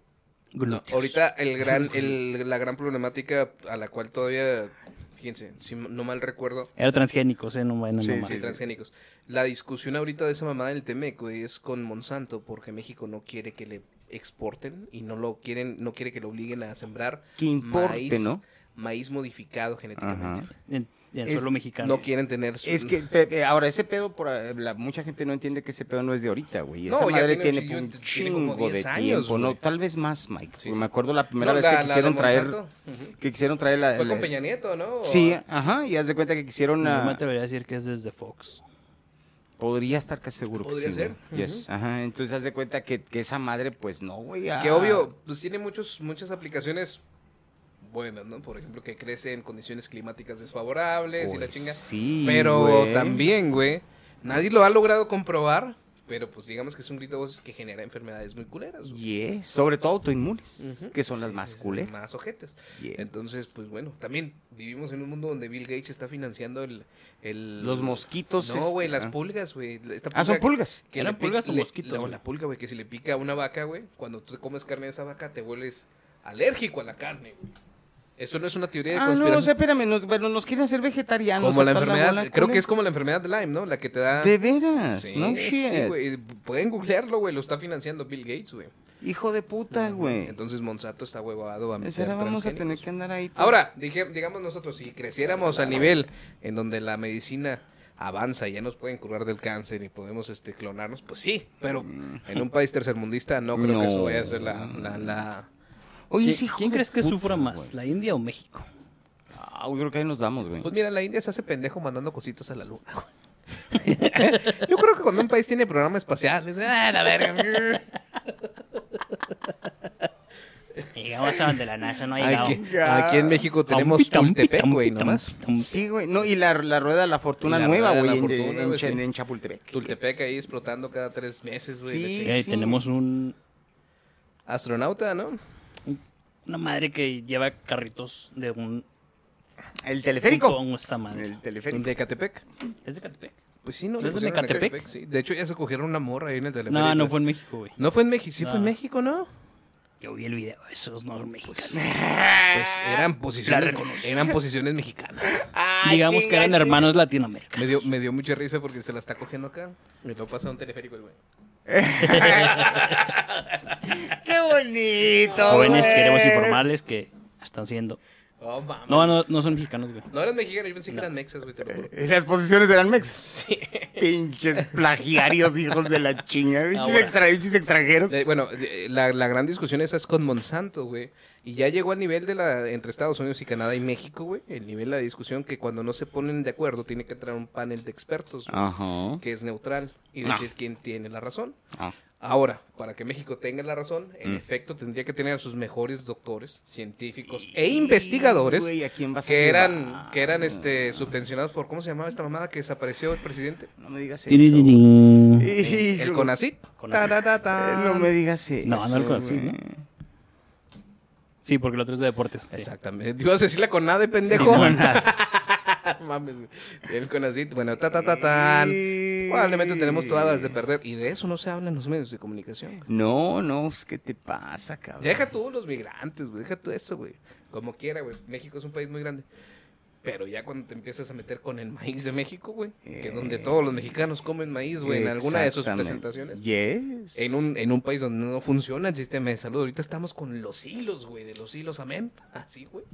Speaker 3: glúteos.
Speaker 4: Ahorita el gran, el- la gran problemática a la cual todavía, fíjense, si no mal recuerdo,
Speaker 3: Era transgénico, ¿eh? No vayan a
Speaker 2: Sí,
Speaker 4: sí,
Speaker 3: mamar.
Speaker 4: transgénicos. La discusión ahorita de esa mamada del Temec güey, es con Monsanto porque México no quiere que le exporten y no lo quieren, no quiere que lo obliguen a sembrar
Speaker 2: Que importe, ¿no?
Speaker 4: maíz modificado genéticamente.
Speaker 2: Ajá.
Speaker 3: En, en
Speaker 2: Es-
Speaker 3: suelo mexicano.
Speaker 4: No quieren tener su-
Speaker 2: Es que pe- pe- ahora ese pedo, por, eh, la, mucha gente no entiende que ese pedo no es de ahorita, güey. Esa
Speaker 4: No, ya
Speaker 2: madre
Speaker 4: tiene
Speaker 2: tiene,
Speaker 4: un
Speaker 2: un
Speaker 4: chingo- tiene como
Speaker 2: chingo
Speaker 4: 10
Speaker 2: de
Speaker 4: años,
Speaker 2: tiempo, ¿no?
Speaker 4: güey.
Speaker 2: Tal vez más, Mike.
Speaker 4: Sí,
Speaker 2: porque
Speaker 4: sí.
Speaker 2: Me acuerdo la primera
Speaker 4: No,
Speaker 2: vez
Speaker 4: la-
Speaker 2: que
Speaker 4: la de
Speaker 2: quisieron traer,
Speaker 4: Monsanto. Ujú.
Speaker 2: que quisieron traer la...
Speaker 4: Fue
Speaker 2: la-
Speaker 4: con Peña Nieto, ¿no?
Speaker 2: Sí, ajá, y haz de cuenta que quisieron...
Speaker 3: No me
Speaker 2: ah,
Speaker 3: atrevería a decir que es desde Fox.
Speaker 2: Podría estar casi seguro
Speaker 4: Podría
Speaker 2: que sí,
Speaker 4: ser,
Speaker 2: güey. Yes. Ajá, entonces haz de cuenta que, que esa madre, pues no, güey. ah.
Speaker 4: Que obvio, pues tiene muchos, muchas aplicaciones buenas, ¿no? Por ejemplo, que crece en condiciones climáticas desfavorables y eh, la
Speaker 2: Pues
Speaker 4: chinga.
Speaker 2: sí,
Speaker 4: pero
Speaker 2: güey.
Speaker 4: también, güey, nadie lo ha logrado comprobar, pero pues digamos que es un grito de voces que genera enfermedades muy culeras. güey.
Speaker 2: Yes, sobre todo autoinmunes, que son las
Speaker 4: Sí,
Speaker 2: más
Speaker 4: es-
Speaker 2: culeras.
Speaker 4: Más ojetes.
Speaker 2: Yeah.
Speaker 4: Entonces, pues bueno, también vivimos en un mundo donde Bill Gates está financiando el... el-
Speaker 2: Los mosquitos,
Speaker 4: No, güey,
Speaker 2: este,
Speaker 4: las
Speaker 2: ah.
Speaker 4: pulgas, güey. Esta
Speaker 2: Ah, son
Speaker 4: pulga-
Speaker 2: pulgas.
Speaker 4: que
Speaker 3: ¿Eran
Speaker 4: le pica-
Speaker 3: pulgas o
Speaker 4: le-
Speaker 3: mosquitos,
Speaker 4: La,
Speaker 3: güey?
Speaker 4: la pulga, güey, que si le pica a una vaca, güey, cuando tú te comes carne de esa vaca, te vuelves alérgico a la carne, güey. Eso no es una teoría de
Speaker 2: Ah, no,
Speaker 4: conspiración.
Speaker 2: o sea, espérame, nos, bueno, nos quieren hacer vegetarianos.
Speaker 4: como la
Speaker 2: a toda
Speaker 4: enfermedad,
Speaker 2: bola
Speaker 4: creo
Speaker 2: culera.
Speaker 4: que es como la enfermedad de Lyme, ¿no? La que te da...
Speaker 2: De veras,
Speaker 4: Sí,
Speaker 2: no
Speaker 4: sí,
Speaker 2: shit.
Speaker 4: güey. Pueden googlearlo, güey. Lo está financiando Bill Gates, güey.
Speaker 2: Hijo de puta, güey.
Speaker 4: Entonces Monsanto está huevado a
Speaker 2: Entonces,
Speaker 4: meter
Speaker 2: ahora vamos a
Speaker 4: transgénicos.
Speaker 2: tener que andar ahí. todo-
Speaker 4: Ahora, dije- digamos nosotros, si creciéramos al nivel en donde la medicina avanza y ya nos pueden curar del cáncer y podemos este, clonarnos, pues sí, pero en un país tercermundista no creo que eso vaya a ser la... la- la-
Speaker 2: Oye,
Speaker 3: ¿Qui-
Speaker 2: ese hijo
Speaker 3: ¿Quién
Speaker 2: de
Speaker 3: crees que
Speaker 2: puta,
Speaker 3: sufra más,
Speaker 2: güey.
Speaker 3: la India o México?
Speaker 2: Ah, yo creo que ahí nos damos, güey.
Speaker 4: Pues mira, la India se hace pendejo mandando cositas a la luna. güey. Yo creo que cuando un país tiene programa espacial, es, "Ah, la verga".
Speaker 3: Llegamos a donde la NASA no ha llegado.
Speaker 4: Aquí, aquí en México tenemos Tultepec, güey, nomás.
Speaker 2: Sí, güey. No, y la, la rueda de la fortuna
Speaker 4: Y la
Speaker 2: nueva,
Speaker 4: rueda de la
Speaker 2: güey, en,
Speaker 4: fortuna,
Speaker 2: en
Speaker 4: güey,
Speaker 2: Chen-
Speaker 4: sí.
Speaker 2: en Chapultepec.
Speaker 4: Tultepec ahí explotando cada tres meses, güey. la
Speaker 2: Sí.
Speaker 4: chingada.
Speaker 3: Eh, Tenemos un,
Speaker 4: Astronauta, ¿no?
Speaker 3: una madre que lleva carritos de un...
Speaker 2: El
Speaker 3: junto a
Speaker 2: teleférico.
Speaker 3: un- esta madre.
Speaker 2: El teleférico.
Speaker 4: De Catepec.
Speaker 3: ¿Es de Catepec?
Speaker 4: Pues sí, no.
Speaker 3: ¿No
Speaker 4: le
Speaker 3: es de
Speaker 4: pusieron en
Speaker 3: Ecatepec?
Speaker 4: Ecatepec, sí. De hecho, ya se cogieron una morra ahí en el teleférico.
Speaker 3: No, no fue en México, güey.
Speaker 4: No fue en México, sí fue en
Speaker 3: No.
Speaker 4: México, ¿no?
Speaker 3: Yo vi el video, esos no son mexicanos.
Speaker 4: Pues eran
Speaker 3: La
Speaker 4: posiciones,
Speaker 3: reconocí.
Speaker 4: eran posiciones mexicanas.
Speaker 2: Ah,
Speaker 3: Digamos que
Speaker 2: chinga,
Speaker 3: eran
Speaker 2: chinga.
Speaker 3: hermanos latinoamericanos.
Speaker 4: Me dio, me dio mucha risa porque se la está cogiendo acá. Me lo pasa a un teleférico el güey.
Speaker 2: ¡Qué bonito!
Speaker 3: Jóvenes,
Speaker 2: güey!
Speaker 3: queremos informarles que están siendo
Speaker 4: Oh, mames.
Speaker 3: No, no, no son mexicanos, güey.
Speaker 4: No eran mexicanos, yo pensé que eran mexas, güey, te lo juro.
Speaker 2: Eh, Las posiciones eran mexas. Pinches plagiarios, hijos de la chinga. Pinches,
Speaker 3: Ahora.
Speaker 2: extra- pinches extranjeros.
Speaker 4: Eh, bueno, Ah, de- la, la gran discusión esa es con Monsanto, güey. Y ya llegó al nivel de la entre Estados Unidos y Canadá y México, güey. El nivel de la discusión que cuando no se ponen de acuerdo tiene que entrar un panel de expertos güey,
Speaker 2: Ajá.
Speaker 4: que es neutral y decir quién tiene la razón.
Speaker 2: Ah.
Speaker 4: Ahora, para que México tenga la razón, en
Speaker 2: Mm.
Speaker 4: efecto tendría que tener a sus mejores doctores, científicos e investigadores
Speaker 2: Güey, ¿a quién vas a
Speaker 4: que eran
Speaker 2: llevar?
Speaker 4: que eran este subvencionados por ¿cómo se llamaba esta mamada que desapareció el presidente?
Speaker 2: No me digas eso. güey.
Speaker 3: No,
Speaker 2: Hijo,
Speaker 4: El CONACYT.
Speaker 3: Conacyt.
Speaker 4: Ta, ta, ta,
Speaker 2: eh,
Speaker 4: ta.
Speaker 2: No me digas eso.
Speaker 3: no el así,
Speaker 2: güey.
Speaker 3: ¿no? Sí, porque el otro es de deportes. sí.
Speaker 4: Exactamente. Ibas a decirla con nada de pendejo.
Speaker 3: Simón.
Speaker 4: Mames, güey. El CONACYT, bueno, ta ta ta tan. Probablemente tenemos todas las de perder. Y de eso no se habla en los medios de comunicación. güey.
Speaker 2: No, no, pues, ¿qué te pasa, cabrón?
Speaker 4: Deja tú los migrantes, güey. Deja tú eso, güey. Como quiera, güey. México es un país muy grande. Pero ya cuando te empiezas a meter con el maíz de México, güey, que es donde todos los mexicanos comen maíz, güey, en alguna de sus
Speaker 2: Eh, Exactamente.
Speaker 4: presentaciones,
Speaker 2: Yes.
Speaker 4: en un, en un país donde no funciona el sistema de salud. Ahorita estamos con los hilos, güey, de los hilos, amén. Así, güey.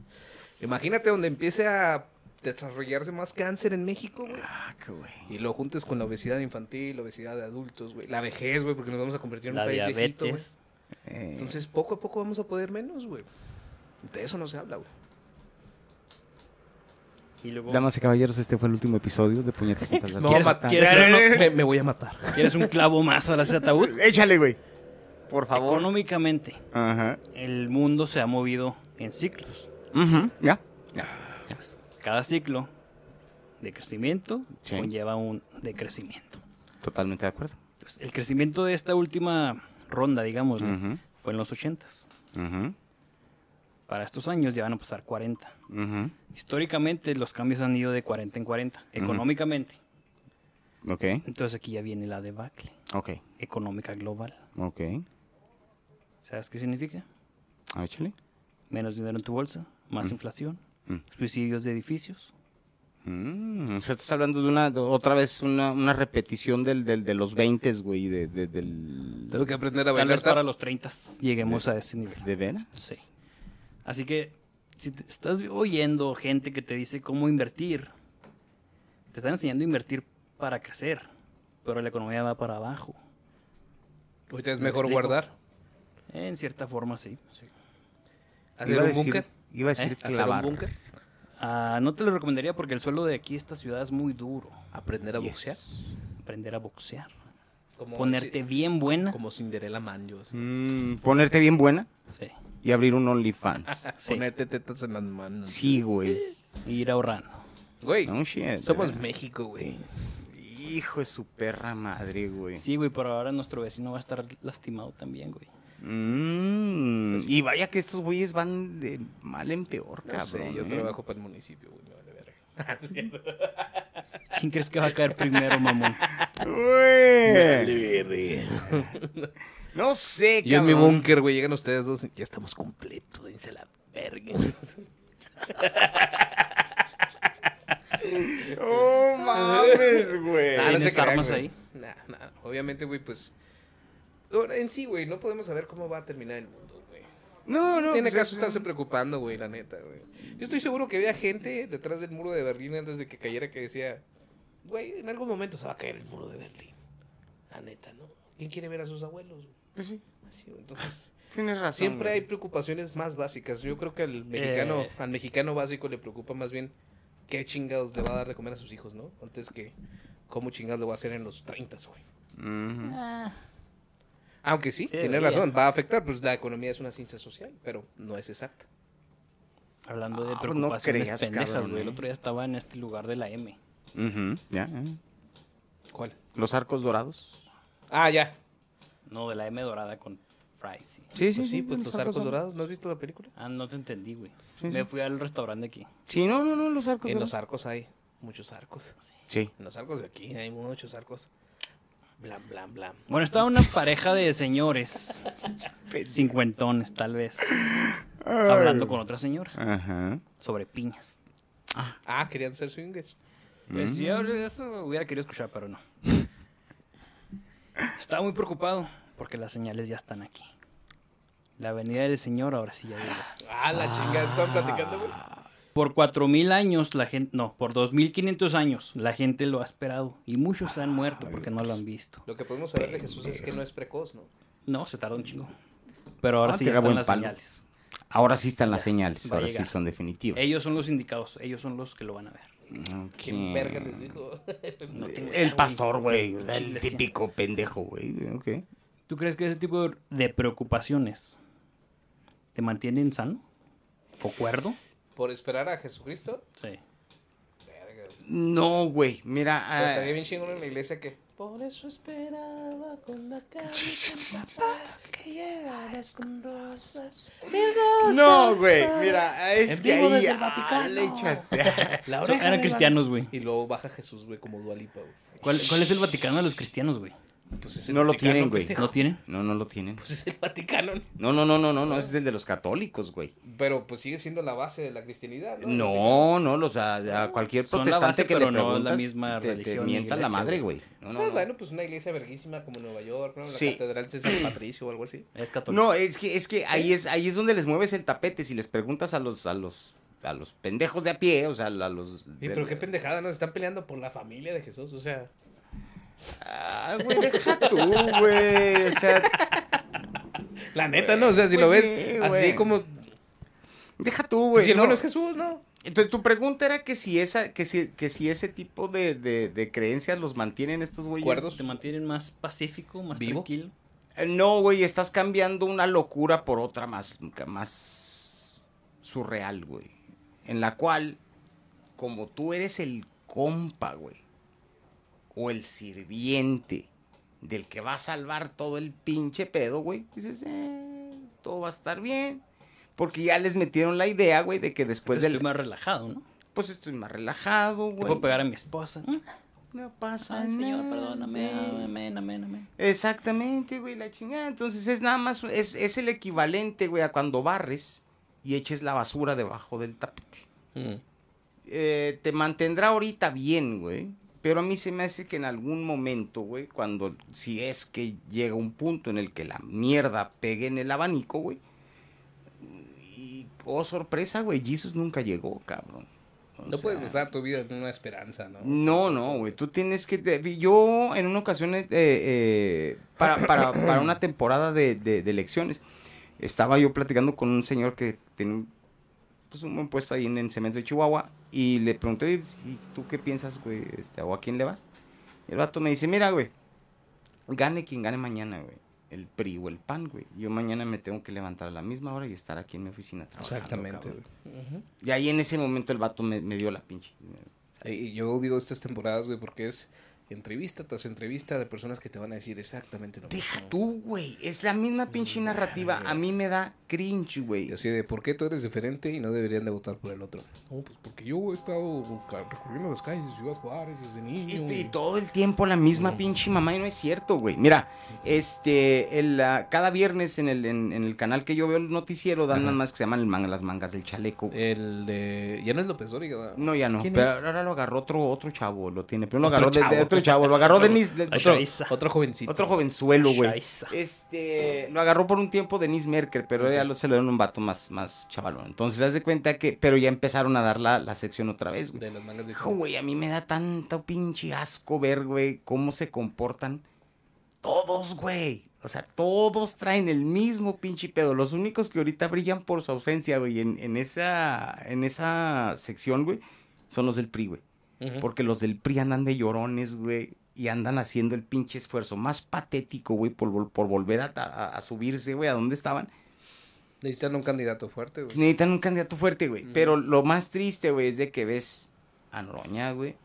Speaker 4: Imagínate donde empiece a desarrollarse más cáncer en México, güey.
Speaker 2: Ah, qué güey.
Speaker 4: Y lo juntes con la obesidad infantil, la obesidad de adultos, güey. La vejez, güey, porque nos vamos a convertir en un
Speaker 3: La
Speaker 4: país
Speaker 3: diabetes.
Speaker 4: viejito, güey.
Speaker 2: Eh,
Speaker 4: Entonces, poco a poco vamos a poder menos, güey. De eso no se habla, güey.
Speaker 3: Y luego,
Speaker 2: Damas y caballeros, este fue el último episodio de Puñetas Metal
Speaker 4: Me,
Speaker 2: Damas.
Speaker 4: voy a
Speaker 3: ¿Quieres-
Speaker 4: matar. Me-
Speaker 3: quieres
Speaker 4: me, me voy a matar.
Speaker 3: ¿quieres un clavo más ahora ese ataúd?
Speaker 2: Échale, güey. Por favor.
Speaker 3: Económicamente,
Speaker 2: Ajá.
Speaker 3: el mundo se ha movido en ciclos.
Speaker 2: Ujú, Ya.
Speaker 3: Cada ciclo de crecimiento
Speaker 2: Sí.
Speaker 3: conlleva un decrecimiento.
Speaker 2: Totalmente de acuerdo.
Speaker 3: Entonces, el crecimiento de esta última ronda, digamos, ¿no?
Speaker 2: Ujú,
Speaker 3: fue en los 80s.
Speaker 2: ujú,
Speaker 3: Para estos años ya van a pasar 40.
Speaker 2: ujú.
Speaker 3: Históricamente los cambios han ido de 40 en 40, económicamente.
Speaker 2: Ok,
Speaker 3: Entonces aquí ya viene la debacle
Speaker 2: ok,
Speaker 3: económica global.
Speaker 2: ok.
Speaker 3: ¿Sabes qué significa?
Speaker 2: Ah, Échale.
Speaker 3: Menos dinero en tu bolsa, más inflación,
Speaker 2: Mm.
Speaker 3: suicidios de edificios.
Speaker 2: Mm, o sea, estás hablando de una, de otra vez, una, una repetición del, del- de los 20, güey, de, de- del...
Speaker 4: Tengo que aprender a
Speaker 3: Tal
Speaker 4: bailar.
Speaker 3: vez
Speaker 4: tap.
Speaker 3: para los 30 lleguemos a ese nivel.
Speaker 2: ¿De veras?
Speaker 3: Sí. Así que si te estás oyendo gente que te dice cómo invertir, te están enseñando a invertir para crecer, pero la economía va para abajo.
Speaker 4: Ahorita es
Speaker 3: ¿Me
Speaker 4: mejor
Speaker 3: explico?
Speaker 4: guardar.
Speaker 3: En cierta forma, sí.
Speaker 4: Hacer
Speaker 2: Iba a
Speaker 4: un
Speaker 2: decir-
Speaker 4: búnker.
Speaker 2: Iba a decir
Speaker 3: ¿Eh?
Speaker 4: Hacer un
Speaker 2: clavar.
Speaker 4: búnker.
Speaker 3: Ah, no te lo recomendaría porque el suelo de aquí, esta ciudad, es muy duro.
Speaker 4: Aprender a
Speaker 2: Yes.
Speaker 4: boxear.
Speaker 3: Aprender a boxear.
Speaker 4: Como
Speaker 3: Ponerte
Speaker 4: si-
Speaker 3: bien buena.
Speaker 4: Como Cinderella Man, yo. así.
Speaker 2: Mm, ponerte bien buena
Speaker 3: Sí,
Speaker 2: y abrir un OnlyFans.
Speaker 3: sí.
Speaker 4: Ponerte tetas en las manos.
Speaker 2: Sí, güey.
Speaker 3: Y Ir ahorrando.
Speaker 4: Güey,
Speaker 2: No shit, de
Speaker 4: somos
Speaker 2: veras.
Speaker 4: México, güey.
Speaker 2: Hijo de su perra madre, güey.
Speaker 3: Sí, güey, pero ahora nuestro vecino va a estar lastimado también, güey.
Speaker 2: Mm,
Speaker 4: Pues
Speaker 2: y vaya que estos güeyes van de mal en peor,
Speaker 4: No
Speaker 2: cabrón.
Speaker 4: sé, yo
Speaker 2: ¿eh?
Speaker 4: trabajo para el municipio, güey. Me vale verga.
Speaker 3: ¿Quién crees que va a caer primero, mamón?
Speaker 2: Eh. Güey. No sé,
Speaker 4: Yo en mi
Speaker 2: cabrón.
Speaker 4: búnker, güey, llegan ustedes dos y ya estamos completos, dense la verga.
Speaker 2: Oh, mames, güey.
Speaker 4: Nah,
Speaker 3: ¿Tienes
Speaker 4: se crean,
Speaker 3: armas
Speaker 4: güey.
Speaker 3: ahí?
Speaker 4: Nah, nah, obviamente, güey, pues... bueno, en sí, güey, no podemos saber cómo va a terminar el mundo, güey.
Speaker 2: No,
Speaker 4: No
Speaker 2: no.
Speaker 4: tiene
Speaker 2: pues,
Speaker 4: caso
Speaker 2: es-
Speaker 4: estarse preocupando, güey, la neta, güey. Yo estoy seguro que había gente detrás del muro de Berlín antes de que cayera que decía, güey, en algún momento se va a caer el muro de Berlín. La neta, ¿no? ¿Quién quiere ver a sus abuelos? güey?
Speaker 2: Pues sí,
Speaker 4: Así, güey, entonces...
Speaker 2: tienes razón.
Speaker 4: Siempre
Speaker 2: güey.
Speaker 4: hay preocupaciones más básicas. Yo creo que al mexicano,
Speaker 3: Eh.
Speaker 4: al mexicano básico le preocupa más bien qué chingados le va a dar de comer a sus hijos, ¿no? Antes que cómo chingados le va a hacer en los 30, güey.
Speaker 2: Ujú.
Speaker 3: Ah,
Speaker 4: Aunque sí, tiene
Speaker 3: debería.
Speaker 4: razón, va a afectar, pues la economía es una ciencia social, pero no es exacta.
Speaker 3: Hablando de
Speaker 2: Ah, pues no
Speaker 3: preocupaciones
Speaker 2: creas,
Speaker 3: pendejas,
Speaker 2: cabrón,
Speaker 3: güey. El
Speaker 2: ¿eh?
Speaker 3: otro día estaba en este lugar de la M.
Speaker 2: Ujú, ya, ya.
Speaker 4: ¿Cuál?
Speaker 2: Los arcos dorados.
Speaker 4: Ah, ya.
Speaker 3: No, de la M dorada con fries.
Speaker 4: Sí,
Speaker 3: sí.
Speaker 4: sí,
Speaker 2: sí,
Speaker 4: pues, sí,
Speaker 2: sí,
Speaker 4: pues
Speaker 2: los
Speaker 4: los
Speaker 2: arcos
Speaker 4: arcos
Speaker 2: son-
Speaker 4: dorados. ¿No has visto la película?
Speaker 3: Ah, no te entendí, güey. Me fui al restaurante aquí.
Speaker 2: Sí, no, no, no, los arcos
Speaker 4: En los
Speaker 2: dorados.
Speaker 4: arcos hay muchos arcos.
Speaker 2: Sí.
Speaker 4: En los arcos de aquí hay muchos arcos. Blam, blam, blam.
Speaker 3: Bueno, estaba una pareja de señores, cincuentones tal vez, hablando con otra señora
Speaker 2: Ajá.
Speaker 3: sobre piñas.
Speaker 4: Ah, querían ser swingers.
Speaker 2: Mm.
Speaker 3: Pues yo eso hubiera querido escuchar, pero no. Estaba muy preocupado porque las señales ya están aquí. La avenida del Señor ahora sí ya llega.
Speaker 4: Ah, la chingada, estaban platicando, güey.
Speaker 3: Por 4.000 años la gente, no, por 2.500 años la gente lo ha esperado y muchos han muerto
Speaker 2: Ah,
Speaker 3: porque no lo han visto.
Speaker 4: Lo que podemos saber de Jesús es que no es precoz, ¿no?
Speaker 3: No, se tardó un chingo. Pero ahora
Speaker 2: Ah,
Speaker 3: sí
Speaker 2: que
Speaker 3: ya
Speaker 2: era
Speaker 3: están
Speaker 2: buen
Speaker 3: las
Speaker 2: palo.
Speaker 3: señales.
Speaker 2: Ahora sí están las
Speaker 3: Ya,
Speaker 2: señales,
Speaker 3: va a
Speaker 2: ahora sí
Speaker 3: llegar.
Speaker 2: son definitivas.
Speaker 3: Ellos son los indicados, ellos son los que lo van a ver.
Speaker 2: Ok.
Speaker 4: ¿Quién verga les dijo?
Speaker 3: No tengo idea,
Speaker 2: El pastor, güey, o sea,
Speaker 3: Pinche
Speaker 2: el
Speaker 3: iglesia.
Speaker 2: típico pendejo, güey. ok.
Speaker 3: ¿Tú crees que ese tipo de preocupaciones te mantienen sano? ¿O cuerdo?
Speaker 4: ¿Por esperar a Jesucristo?
Speaker 3: Sí.
Speaker 4: Verga. Pero
Speaker 2: No, güey, mira. ah,
Speaker 4: estaría bien chingón en la iglesia que... Por eso esperaba con la cara que llegaras con rosas.
Speaker 2: No, güey, mira, es
Speaker 4: En
Speaker 2: que
Speaker 4: vivo
Speaker 2: ahí
Speaker 4: desde el
Speaker 2: ah,
Speaker 4: Vaticano.
Speaker 2: le echaste.
Speaker 4: La
Speaker 3: So-
Speaker 4: oreja
Speaker 3: eran
Speaker 4: de
Speaker 3: cristianos, güey.
Speaker 4: Van- Y luego baja Jesús, güey, como Dualipa, güey.
Speaker 3: ¿Cuál, cuál es el Vaticano de los cristianos, güey?
Speaker 4: Pues es el
Speaker 2: No lo
Speaker 4: Vaticano,
Speaker 2: tienen, güey.
Speaker 4: pendejo.
Speaker 3: ¿No tienen?
Speaker 2: No, no lo tienen.
Speaker 4: Pues es el Vaticano.
Speaker 2: No, no, no, no, no, no, es el de los católicos, güey.
Speaker 4: Pero pues sigue siendo la base de la cristianidad, ¿no?
Speaker 2: No, no, los, a, a cualquier
Speaker 3: Son la
Speaker 2: protestante
Speaker 3: base,
Speaker 2: que le
Speaker 3: pero no es la
Speaker 2: preguntas
Speaker 3: misma
Speaker 2: te, te
Speaker 3: religión ni
Speaker 2: mienta la
Speaker 3: iglesia,
Speaker 2: madre, güey. No,
Speaker 4: Ah,
Speaker 2: no, no.
Speaker 4: bueno, pues una iglesia verguísima como Nueva York, ¿no? La
Speaker 2: Sí.
Speaker 4: catedral de San Patricio o algo así.
Speaker 3: Es católico.
Speaker 2: No, es que es que ahí es ahí es donde les mueves el tapete si les preguntas a los a los a los pendejos de a pie, o sea, a los
Speaker 4: Y pero qué pendejada, nos están peleando por la familia de Jesús, o sea.
Speaker 2: Ah, güey, deja tú, güey. O sea,
Speaker 4: La neta, ¿no? O sea, si lo
Speaker 2: Pues
Speaker 4: ves
Speaker 2: sí,
Speaker 4: así
Speaker 2: güey.
Speaker 4: como...
Speaker 2: deja tú,
Speaker 4: pues,
Speaker 2: güey.
Speaker 4: si el
Speaker 2: no.
Speaker 4: bueno es Jesús, ¿no?
Speaker 2: Entonces tu pregunta era que si esa, que si, que si ese tipo de, de- de creencias los mantienen estos güeyes.
Speaker 4: Cuerdos.
Speaker 3: ¿Te mantienen más pacífico, más
Speaker 4: ¿Vivo?
Speaker 3: tranquilo?
Speaker 2: Eh, No, güey, estás cambiando una locura por otra más, más surreal, güey. En la cual, como tú eres el compa, güey, o el sirviente del que va a salvar todo el pinche pedo, güey, dices, eh, todo va a estar bien. Porque ya les metieron la idea, güey, de que después
Speaker 3: Pues
Speaker 2: del...
Speaker 3: estoy más relajado, ¿no?
Speaker 2: Pues estoy más relajado,
Speaker 3: Te
Speaker 2: güey.
Speaker 3: puedo pegar a mi esposa. Mm.
Speaker 2: No pasa
Speaker 3: Ay, señor,
Speaker 2: nada,
Speaker 3: perdóname.
Speaker 2: sí.
Speaker 3: Amén, amén, amén.
Speaker 2: Exactamente, güey, la chingada. Entonces es nada más, es, es el equivalente, güey, a cuando barres y eches la basura debajo del tapete. Mm. Eh, te mantendrá ahorita bien, güey. Pero a mí se me hace que en algún momento, güey, cuando, si es que llega un punto en el que la mierda pegue en el abanico, güey. Y, oh, sorpresa, güey, Jesus nunca llegó, cabrón. O
Speaker 4: No puedes
Speaker 2: sea,
Speaker 4: basar tu vida en una esperanza, ¿no?
Speaker 2: no, no, güey. Tú tienes que. te- Yo, en una ocasión, eh, eh, para, para- para una temporada de, de- de elecciones, estaba yo platicando con un señor que tenía un, pues, un buen puesto ahí en el cemento de Chihuahua y le pregunté, "Oye, ¿y ¿tú qué piensas, güey? Este, ¿O a quién le vas? Y el vato me dice, mira, güey, gane quien gane mañana, güey. El PRI o el PAN, güey. Yo mañana me tengo que levantar a la misma hora y estar aquí en mi oficina trabajando.
Speaker 4: Exactamente.
Speaker 2: cabrón". Y ahí en ese momento el vato me, me dio la pinche.
Speaker 4: Y yo digo estas temporadas, güey, porque es entrevista tras entrevista de personas que te van a decir exactamente lo
Speaker 2: Deja
Speaker 4: mismo.
Speaker 2: tú, güey. Es la misma pinche narrativa. A mí me da cringe,
Speaker 4: Y
Speaker 2: güey.
Speaker 4: así de, ¿por qué tú eres diferente y no deberían de votar por el otro? No, pues porque yo he estado ca- recorriendo las calles de Ciudad Juárez desde
Speaker 2: Y,
Speaker 4: niño.
Speaker 2: y todo el tiempo la misma pinche mamá y no es cierto, güey. Mira, este, el, ah, cada viernes en el, en, en el canal que yo veo el noticiero dan nada más que se llaman el manga- las mangas del chaleco. güey.
Speaker 4: El de... Ya no es López Dóriga, ¿verdad?
Speaker 2: no, ya no.
Speaker 4: Eh, ¿quién
Speaker 2: Pero
Speaker 4: es?
Speaker 2: ahora lo agarró otro, otro chavo, lo tiene. Pero lo
Speaker 4: Otro
Speaker 2: agarró de, de
Speaker 4: chavo.
Speaker 2: otro chavo, lo agarró Denise. de-
Speaker 3: Ay,
Speaker 2: otro,
Speaker 3: Shaiza.
Speaker 4: Otro jovencito.
Speaker 2: otro jovenzuelo, güey.
Speaker 3: Shaiza.
Speaker 2: Este, lo agarró por un tiempo Denise Merker, pero ya lo, se lo dieron un vato más, más chavalón. Entonces, haz de cuenta que, pero ya empezaron a dar la, la sección otra vez, pues, güey.
Speaker 4: De las mangas de
Speaker 2: Hijo, güey, a mí me da tanto pinche asco ver, güey, cómo se comportan todos, güey. O sea, todos traen el mismo pinche pedo. Los únicos que ahorita brillan por su ausencia, güey, en, en esa, en esa sección, güey, son los del PRI, güey.
Speaker 4: Ujú.
Speaker 2: Porque los del PRI andan de llorones, güey. Y andan haciendo el pinche esfuerzo más patético, güey, por, vol- por volver a, ta- a- a subirse, güey, a donde estaban.
Speaker 4: Necesitan un candidato fuerte, güey.
Speaker 2: Necesitan un candidato fuerte, güey. Pero lo más triste, güey, es de que ves a Noroña, güey.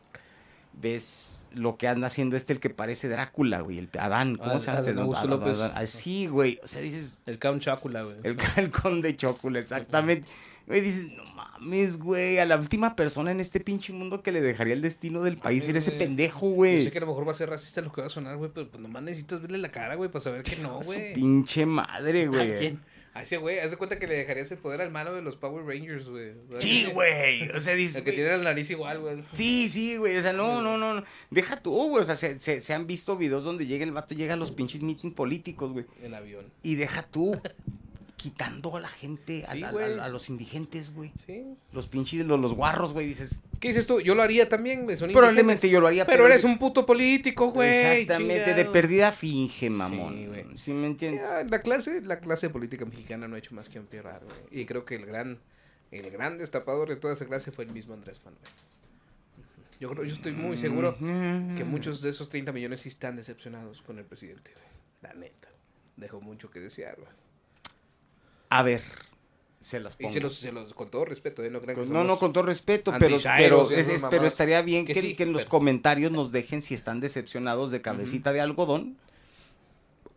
Speaker 2: Ves lo que anda haciendo este, el que parece Drácula, güey. El Adán, ¿cómo
Speaker 4: Ad-
Speaker 2: se llama este?
Speaker 4: Adán Augusto
Speaker 2: Adán-
Speaker 4: López.
Speaker 2: Adán- Así, güey. O sea, dices,
Speaker 4: El Count Chocula, güey.
Speaker 2: el calcón de Chocula, exactamente. Güey, dices, no mames, güey. A la última persona en este pinche mundo que le dejaría el destino del país
Speaker 4: Mames,
Speaker 2: era ese
Speaker 4: güey.
Speaker 2: pendejo,
Speaker 4: Eh, Yo
Speaker 2: güey.
Speaker 4: sé que a lo mejor va a ser racista lo que va a sonar, güey, pero pues nomás necesitas verle la cara, güey, para saber que no,
Speaker 2: A su
Speaker 4: güey.
Speaker 2: pinche madre,
Speaker 3: ¿A
Speaker 2: güey.
Speaker 3: quién?
Speaker 4: A ese güey, haz de cuenta que le dejarías el poder al malo de los Power Rangers, güey.
Speaker 2: Sí, güey. O sea, dices.
Speaker 4: El que
Speaker 2: güey,
Speaker 4: tiene la nariz igual, güey.
Speaker 2: Sí, sí, güey. O sea, no, no, no. no. Deja tú, güey. O sea, se, se- se han visto videos donde llega el vato, llega a los pinches meetings políticos, güey.
Speaker 4: En avión.
Speaker 2: Y deja tú. quitando a la gente, a,
Speaker 4: Sí,
Speaker 2: la- a-
Speaker 4: güey.
Speaker 2: a los indigentes, güey.
Speaker 4: Sí.
Speaker 2: Los pinches, los, los guarros, güey, dices.
Speaker 4: ¿Qué dices tú? Yo lo haría también, güey. son indígenas.
Speaker 2: Probablemente yo lo haría,
Speaker 4: Pero eres un puto político, güey.
Speaker 2: Exactamente, de
Speaker 4: chingado.
Speaker 2: perdida finge, mamón.
Speaker 4: Sí,
Speaker 2: Sí,
Speaker 4: güey. ah,
Speaker 2: me entiendes?
Speaker 4: Ya, La clase, la clase política mexicana no ha hecho más que empeorar, güey. Y creo que el gran, el gran destapador de toda esa clase fue el mismo Andrés Manuel. Yo creo, yo estoy muy seguro que
Speaker 2: Mm.
Speaker 4: muchos de esos 30 millones sí están decepcionados con el presidente, güey. La neta. Dejó mucho que desear, güey.
Speaker 2: A ver, se las pongo.
Speaker 4: Y se los, se los, con todo respeto, ¿eh? No, crean que
Speaker 2: Con- Pues no,
Speaker 4: somos-
Speaker 2: no, con todo respeto, pero,
Speaker 4: antichairos
Speaker 2: pero,
Speaker 4: y
Speaker 2: es-
Speaker 4: esas
Speaker 2: es- pero
Speaker 4: mamadas.
Speaker 2: estaría bien
Speaker 4: Que
Speaker 2: que,
Speaker 4: sí,
Speaker 2: que en los
Speaker 4: pero-
Speaker 2: comentarios nos dejen si están decepcionados de cabecita de algodón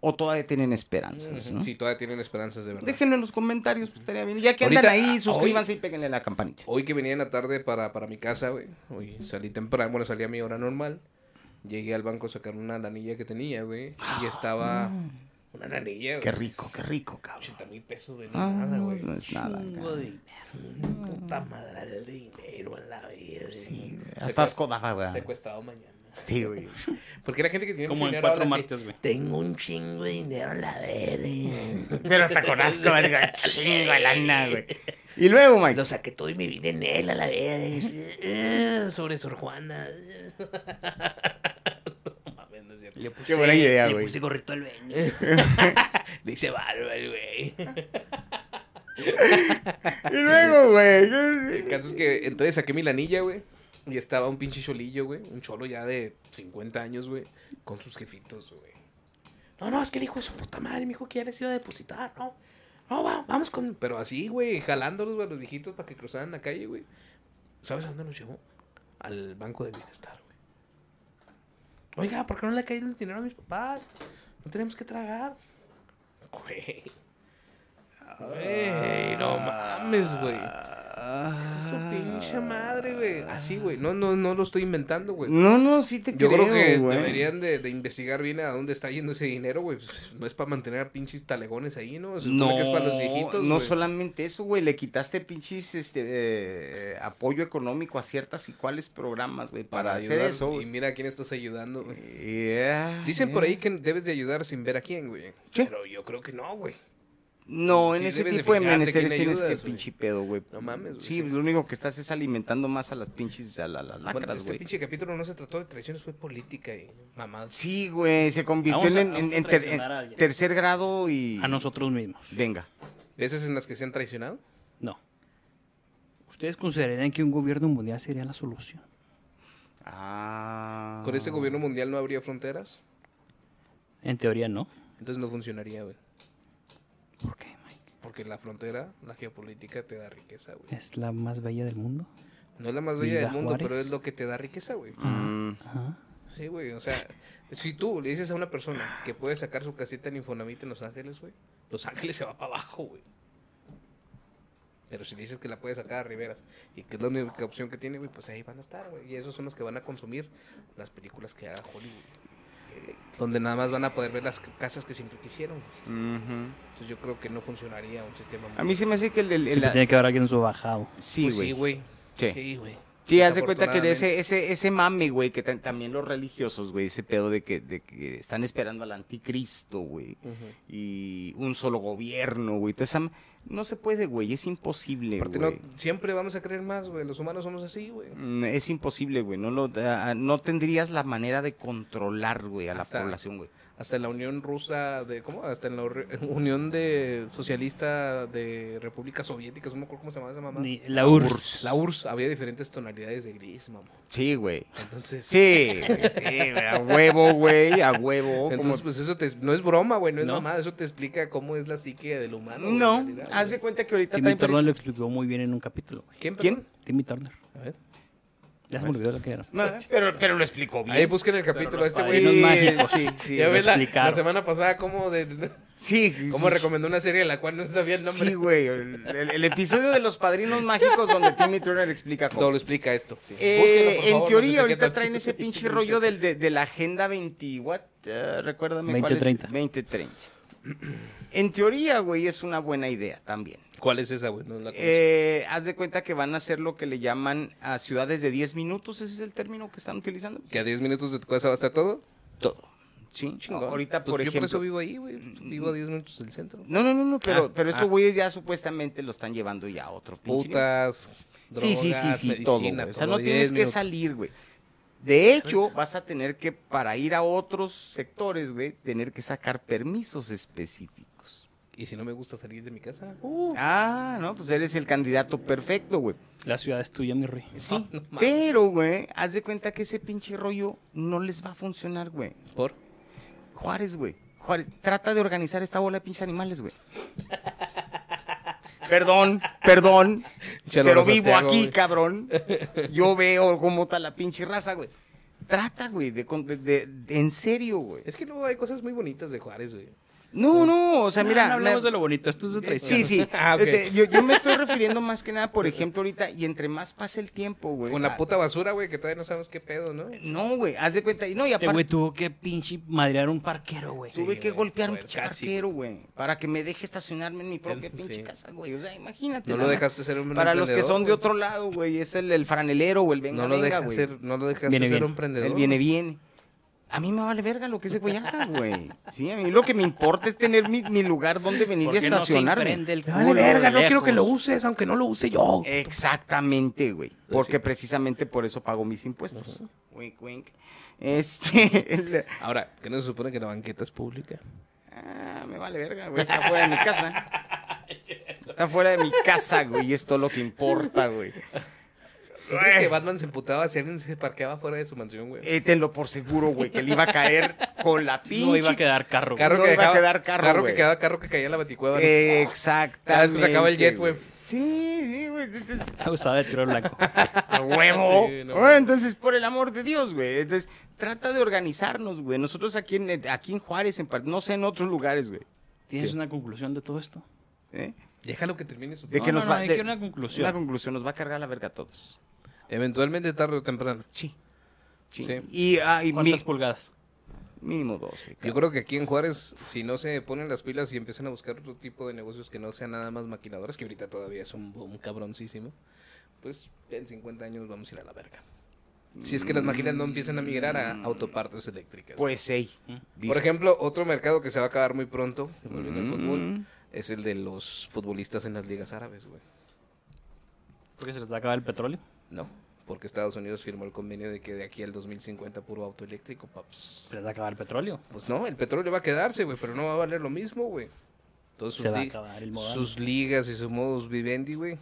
Speaker 2: o todavía tienen esperanzas, ¿no?
Speaker 4: Sí, todavía tienen esperanzas de verdad.
Speaker 2: Déjenlo en los comentarios, pues, estaría bien. Ya que
Speaker 4: Ahorita,
Speaker 2: andan
Speaker 4: ah, hoy-
Speaker 2: ahí, suscríbanse y péguenle la campanita.
Speaker 4: Hoy que venía en la tarde para, para mi casa, güey. Hoy salí temprano, bueno, salí a mi hora normal. Llegué al banco a sacar una lanilla que tenía, güey. Y estaba una lanilla, güey.
Speaker 2: Ah. Qué rico, qué rico, cabrón.
Speaker 4: 80 mil pesos, güey. no
Speaker 2: Ah,
Speaker 4: nada, güey.
Speaker 2: no es nada.
Speaker 3: Chingo
Speaker 2: cabrón.
Speaker 3: de dinero.
Speaker 4: Puta madre de dinero en la vida.
Speaker 2: Sí, güey.
Speaker 4: Secue-
Speaker 2: Hasta asco daba, güey.
Speaker 4: Secuestrado mañana.
Speaker 2: Sí, güey.
Speaker 4: Porque la gente que tiene
Speaker 3: Como en
Speaker 4: dinero ahora
Speaker 3: cuatro
Speaker 4: sí,
Speaker 3: martes, güey.
Speaker 4: Tengo un chingo de dinero en la verga.
Speaker 2: Pero hasta con asco, güey. Chingo de lana, güey. Y luego, Mike.
Speaker 4: Lo saqué todo y me vine en él a la verga. "Eh, Sobre Sor Juana. No mames, no es cierto.
Speaker 3: Le puse,
Speaker 2: Qué buena idea,
Speaker 3: Le
Speaker 2: güey.
Speaker 3: puse gorrito al Benny.
Speaker 4: Le hice barba al güey.
Speaker 2: Y luego,
Speaker 4: El
Speaker 2: güey.
Speaker 4: caso es que entonces saqué mi lanilla, güey. Y estaba un pinche cholillo, güey. Un cholo ya de 50 años, güey. Con sus jefitos, güey. No, no, es que el hijo de su puta madre, mi hijo quiere ir a depositar, ¿no? No, va- vamos con. Pero así, güey, jalándolos, güey, a los viejitos para que cruzaran la calle, güey. ¿Sabes a dónde nos llevó? Al Banco de Bienestar, güey. Oiga, ¿por qué no le caí el dinero a mis papás? No tenemos que tragar. Güey. Güey, no mames, güey.
Speaker 2: Ah.
Speaker 4: Su pinche madre, güey. Así, güey. No, no, no lo estoy inventando, güey.
Speaker 2: No, no, sí te
Speaker 4: pues, Yo
Speaker 2: creo,
Speaker 4: creo que
Speaker 2: güey.
Speaker 4: deberían de, de investigar bien a dónde está yendo ese dinero, güey. Pues, No es para mantener a pinches talegones ahí, ¿no? Se supone
Speaker 2: No,
Speaker 4: que es para los viejitos,
Speaker 2: no
Speaker 4: güey.
Speaker 2: solamente eso, güey, le quitaste pinches este, eh, apoyo económico a ciertas y cuáles programas, güey, para, hacer
Speaker 4: ayudar.
Speaker 2: eso,
Speaker 4: Y
Speaker 2: güey.
Speaker 4: mira a quién estás ayudando, güey.
Speaker 2: Yeah,
Speaker 4: Dicen
Speaker 2: yeah.
Speaker 4: por ahí que debes de ayudar sin ver a quién, güey.
Speaker 2: Sí.
Speaker 4: Pero yo creo que no, güey.
Speaker 2: No, en
Speaker 4: sí
Speaker 2: ese
Speaker 4: debes de
Speaker 2: tipo de
Speaker 4: fijarte
Speaker 2: menesteres
Speaker 4: quién
Speaker 2: tienes que
Speaker 4: ayudas, güey.
Speaker 2: pinche pedo, güey.
Speaker 4: No mames, güey,
Speaker 2: Sí, pues,
Speaker 4: sí.
Speaker 2: lo único que estás es alimentando más a las pinches, a la- las
Speaker 4: Bueno,
Speaker 2: lacras,
Speaker 4: este
Speaker 2: güey.
Speaker 4: pinche capítulo no se trató de traiciones, fue política y mamadas.
Speaker 2: Sí, güey, se convirtió
Speaker 3: Vamos a-
Speaker 2: en, en-
Speaker 3: vamos a
Speaker 2: en ter-
Speaker 3: traicionar
Speaker 2: en
Speaker 3: a alguien.
Speaker 2: tercer grado y...
Speaker 3: A nosotros mismos.
Speaker 2: Venga.
Speaker 4: ¿Esas en las que se han traicionado?
Speaker 3: No. ¿Ustedes considerarían que un gobierno mundial sería la solución?
Speaker 2: Ah.
Speaker 4: ¿Con este gobierno mundial no habría fronteras?
Speaker 3: En teoría no.
Speaker 4: Entonces no funcionaría, güey.
Speaker 3: ¿Por qué, Mike?
Speaker 4: Porque la frontera, la geopolítica, te da riqueza, güey.
Speaker 3: ¿Es la más bella del mundo?
Speaker 4: No es la más bella del
Speaker 3: Linda
Speaker 4: mundo, pero
Speaker 3: Juárez.
Speaker 4: es lo que te da riqueza, güey.
Speaker 2: Mm.
Speaker 3: Ajá.
Speaker 4: Sí, güey, o sea, si tú le dices a una persona que puede sacar su casita en Infonavit en Los Ángeles, güey, Los Ángeles se va para abajo, güey. Pero si le dices que la puede sacar a Riveras y que es la única opción que tiene, güey, pues ahí van a estar, güey. Y esos son los que van a consumir las películas que haga Hollywood. Eh, Donde nada más van a poder ver las c- casas que siempre quisieron. güey.
Speaker 2: Mm, Ujú.
Speaker 4: Entonces yo creo que no funcionaría un sistema.
Speaker 2: A mí se me hace que el... el- el-
Speaker 3: Siempre
Speaker 2: Eh, la-
Speaker 3: pues, tiene que haber alguien en su bajado.
Speaker 2: Sí,
Speaker 4: Pues
Speaker 2: güey.
Speaker 4: sí, güey.
Speaker 2: Sí.
Speaker 4: Sí, güey.
Speaker 2: Sí, haz de cuenta que de
Speaker 4: Desafortunadamente.
Speaker 2: ese, ese, ese mame, güey, que tan- también los religiosos, güey, ese pedo de que, de que están esperando al anticristo, güey,
Speaker 4: Ujú.
Speaker 2: y un solo gobierno, güey, toda esa ma- no se puede, güey, es imposible,
Speaker 4: Aparte,
Speaker 2: güey.
Speaker 4: no- siempre vamos a creer más, güey. Los humanos somos así, güey.
Speaker 2: Mm, Es imposible, güey, no, lo, ah, no tendrías la manera de controlar, güey, a la
Speaker 4: Hasta-
Speaker 2: población, güey.
Speaker 4: Hasta en la Unión Rusa de. ¿Cómo? Hasta en la Ur- Unión de Socialista de República Soviética. No me acuerdo cómo se llamaba esa mamá.
Speaker 3: Ni- La URSS.
Speaker 4: La URSS había diferentes tonalidades de gris, mamá.
Speaker 2: Sí, güey.
Speaker 4: Entonces.
Speaker 2: Sí, güey, sí, güey, a huevo, güey, a huevo. como-
Speaker 4: Entonces, pues eso te- no es broma, güey, no es
Speaker 3: No.
Speaker 4: mamá, eso te explica cómo es la psique del humano. pues, güey,
Speaker 2: no,
Speaker 4: en realidad,
Speaker 2: haz
Speaker 4: güey.
Speaker 2: de cuenta que ahorita
Speaker 3: Timmy
Speaker 2: traen pres-
Speaker 3: Turner lo explicó muy bien en un capítulo, güey.
Speaker 4: ¿Quién?
Speaker 2: ¿Quién?
Speaker 4: perdón?
Speaker 3: Timmy Turner.
Speaker 4: A ver.
Speaker 3: Ya se me olvidó lo que era.
Speaker 2: No, pero, pero lo explicó bien.
Speaker 4: Ahí busquen el
Speaker 3: Pero
Speaker 4: capítulo.
Speaker 3: los
Speaker 4: Este güey.
Speaker 3: padrinos
Speaker 2: Sí,
Speaker 3: mágicos.
Speaker 2: sí, sí,
Speaker 4: ya
Speaker 2: lo
Speaker 4: ves la,
Speaker 3: explicaron.
Speaker 4: la semana pasada cómo, de,
Speaker 2: Sí,
Speaker 4: cómo
Speaker 2: sí,
Speaker 4: recomendó una serie de la cual no sabía el nombre.
Speaker 2: Sí, güey. El, el- el episodio de los padrinos mágicos donde Timmy Turner explica
Speaker 4: No,
Speaker 2: cómo.
Speaker 4: lo explica esto. sí.
Speaker 2: Eh,
Speaker 4: Búsquenlo, por favor,
Speaker 2: en
Speaker 4: no
Speaker 2: teoría,
Speaker 4: sé qué
Speaker 2: ahorita
Speaker 4: tal.
Speaker 2: traen ese pinche rollo del, de, de la agenda 20. What? Eh, recuérdame cuál
Speaker 3: 2030.
Speaker 2: es. 2030. En teoría, güey, es una buena idea también.
Speaker 4: ¿Cuál es esa, güey? No la conozco.
Speaker 2: Eh, haz de cuenta que van a hacer lo que le llaman a ciudades de 10 minutos. Ese es el término que están utilizando.
Speaker 4: ¿Que a 10 minutos de tu casa va a estar todo?
Speaker 2: Todo. Sí,
Speaker 4: Chingón.
Speaker 2: ahorita,
Speaker 4: Pues
Speaker 2: por
Speaker 4: yo
Speaker 2: ejemplo.
Speaker 4: por eso vivo ahí, güey. Vivo a 10 minutos del centro.
Speaker 2: No, no, no, no, pero,
Speaker 4: Ah,
Speaker 2: pero estos
Speaker 4: ah.
Speaker 2: güeyes ya supuestamente lo están llevando ya a otro pinche nivel.
Speaker 4: Putas,
Speaker 2: Sí, sí, sí,
Speaker 4: drogas,
Speaker 2: sí,
Speaker 4: medicina,
Speaker 2: todo. güey. O sea,
Speaker 4: todo,
Speaker 2: no
Speaker 4: 10
Speaker 2: tienes que
Speaker 4: minutos.
Speaker 2: salir, güey. De hecho, vas a tener que, para ir a otros sectores, güey, tener que sacar permisos específicos.
Speaker 4: Y si no me gusta salir de mi casa,
Speaker 3: Uh.
Speaker 2: Ah, no, pues eres el candidato perfecto, güey.
Speaker 3: La ciudad es tuya, mi rey.
Speaker 2: Sí,
Speaker 4: no mames.
Speaker 2: pero, güey, haz de cuenta que ese pinche rollo no les va a funcionar, güey.
Speaker 4: por
Speaker 2: Juárez, güey. Juárez, trata de organizar esta bola de pinches animales, güey. Perdón, perdón,
Speaker 4: Chalo
Speaker 2: pero
Speaker 4: Rosa, te
Speaker 2: vivo
Speaker 4: hago,
Speaker 2: aquí,
Speaker 4: güey.
Speaker 2: cabrón. Yo veo cómo está la pinche raza, güey. Trata, güey, de, con- de- de- de- en serio, güey.
Speaker 4: Es que luego hay cosas muy bonitas de Juárez, güey.
Speaker 2: No, no, o sea,
Speaker 3: No,
Speaker 2: mira.
Speaker 3: Ah, no hablemos
Speaker 2: me-
Speaker 3: de lo bonito, esto es de
Speaker 2: eh,
Speaker 3: traición.
Speaker 2: Sí, sí.
Speaker 4: Ah, ok.
Speaker 2: Este, yo, yo me estoy refiriendo más que nada, por ejemplo, ahorita, y entre más pasa el tiempo, güey.
Speaker 4: Con
Speaker 2: a-
Speaker 4: la puta basura, güey, que todavía no sabemos qué pedo, ¿no?
Speaker 2: No, güey, haz de cuenta. Y no, y
Speaker 3: Este güey
Speaker 2: aparte,
Speaker 3: tuvo que pinche madrear un parquero, güey.
Speaker 2: tuve
Speaker 4: Sí,
Speaker 2: que
Speaker 4: güey,
Speaker 2: golpear un
Speaker 4: pues,
Speaker 2: pinche
Speaker 4: casi,
Speaker 2: parquero, güey, para que me deje estacionarme en mi propia
Speaker 4: Sí.
Speaker 2: pinche casa, güey. O sea, imagínate.
Speaker 4: No lo
Speaker 2: nada
Speaker 4: dejaste ser un
Speaker 2: Para los que
Speaker 4: emprendedor,
Speaker 2: son de
Speaker 4: güey.
Speaker 2: otro lado, güey, es el, el franelero o el venga,
Speaker 4: No lo
Speaker 2: venga,
Speaker 4: dejaste
Speaker 2: güey.
Speaker 4: ser, no lo dejaste
Speaker 3: Viene
Speaker 4: ser
Speaker 3: bien.
Speaker 4: un emprendedor.
Speaker 2: Él viene bien. A mí me vale verga lo que ese güey haga, güey. Sí, a mí lo que me importa es tener mi, mi lugar donde venir y
Speaker 3: ¿Por qué no se
Speaker 2: estacionarme.
Speaker 3: emprende el
Speaker 4: Me vale
Speaker 3: culo de
Speaker 4: verga, no quiero que lo Eh,
Speaker 3: lejos?
Speaker 4: uses, aunque no lo use yo.
Speaker 2: Exactamente, güey.
Speaker 3: Pues
Speaker 2: Porque precisamente por eso pago mis impuestos. Wink, wink. Este, el-
Speaker 4: Ahora, ¿qué no se supone que la banqueta es pública?
Speaker 2: ah, me vale verga, güey. Está fuera de mi casa. Está fuera de mi casa, güey. y Es todo lo que importa, güey.
Speaker 4: ¿Tú crees que Batman se emputaba si alguien se parqueaba fuera de su mansión, güey?
Speaker 2: Eh, tenlo por seguro, güey, que le iba a caer con la pinche.
Speaker 3: No iba a quedar carro. güey.
Speaker 4: Carro
Speaker 2: no
Speaker 4: que
Speaker 2: iba a
Speaker 4: dejaba,
Speaker 2: quedar carro, güey. Eh,
Speaker 4: que quedaba carro que caía en la baticueva. ¿no?
Speaker 2: Exactamente.
Speaker 4: Cada vez que sacaba el jet, güey.
Speaker 2: Sí, sí, güey. entonces-
Speaker 3: Usaba de tiro blanco.
Speaker 2: A huevo.
Speaker 4: Sí, no.
Speaker 2: Ah, entonces, por el amor de Dios, güey. Entonces, trata de organizarnos, güey. Nosotros aquí en, aquí en Juárez, en, par- no sé, en otros lugares, güey.
Speaker 3: ¿Tienes una conclusión de todo esto?
Speaker 2: ¿eh?
Speaker 4: Déjalo que termine su...
Speaker 2: De
Speaker 3: No,
Speaker 2: que
Speaker 3: no,
Speaker 2: nos
Speaker 3: no,
Speaker 2: va
Speaker 3: yo
Speaker 2: de-
Speaker 3: quiero una conclusión.
Speaker 2: Una conclusión, nos va a cargar la verga a todos.
Speaker 4: Eventualmente, tarde o temprano.
Speaker 2: Sí.
Speaker 4: Sí.
Speaker 2: Y, ah, y
Speaker 3: ¿Cuántas
Speaker 2: mi-
Speaker 3: pulgadas?
Speaker 2: mínimo 12.
Speaker 4: Yo
Speaker 2: cabrón.
Speaker 4: creo que aquí en Juárez, si no se ponen las pilas y empiezan a buscar otro tipo de negocios que no sean nada más maquiladoras, que ahorita todavía es un boom cabroncísimo, pues en 50 años vamos a ir a la verga. Si es que las máquinas no empiezan a migrar a autopartes eléctricas.
Speaker 2: Pues, hey.
Speaker 4: ¿Mm? Por ejemplo, otro mercado que se va a acabar muy pronto, volviendo al
Speaker 2: Mm.
Speaker 4: fútbol, es el de los futbolistas en las ligas árabes, güey.
Speaker 3: Porque se les va a acabar el petróleo.
Speaker 4: No, porque Estados Unidos firmó el convenio de que de aquí al 2050 puro auto eléctrico, paps.
Speaker 3: Se les va a acabar el petróleo.
Speaker 4: Pues no, el petróleo va a quedarse, güey, pero no va a valer lo mismo, güey. Entonces
Speaker 3: Se
Speaker 4: sus,
Speaker 3: va a
Speaker 4: li-
Speaker 3: acabar el modal.
Speaker 4: sus ligas y sus modos vivendi, güey.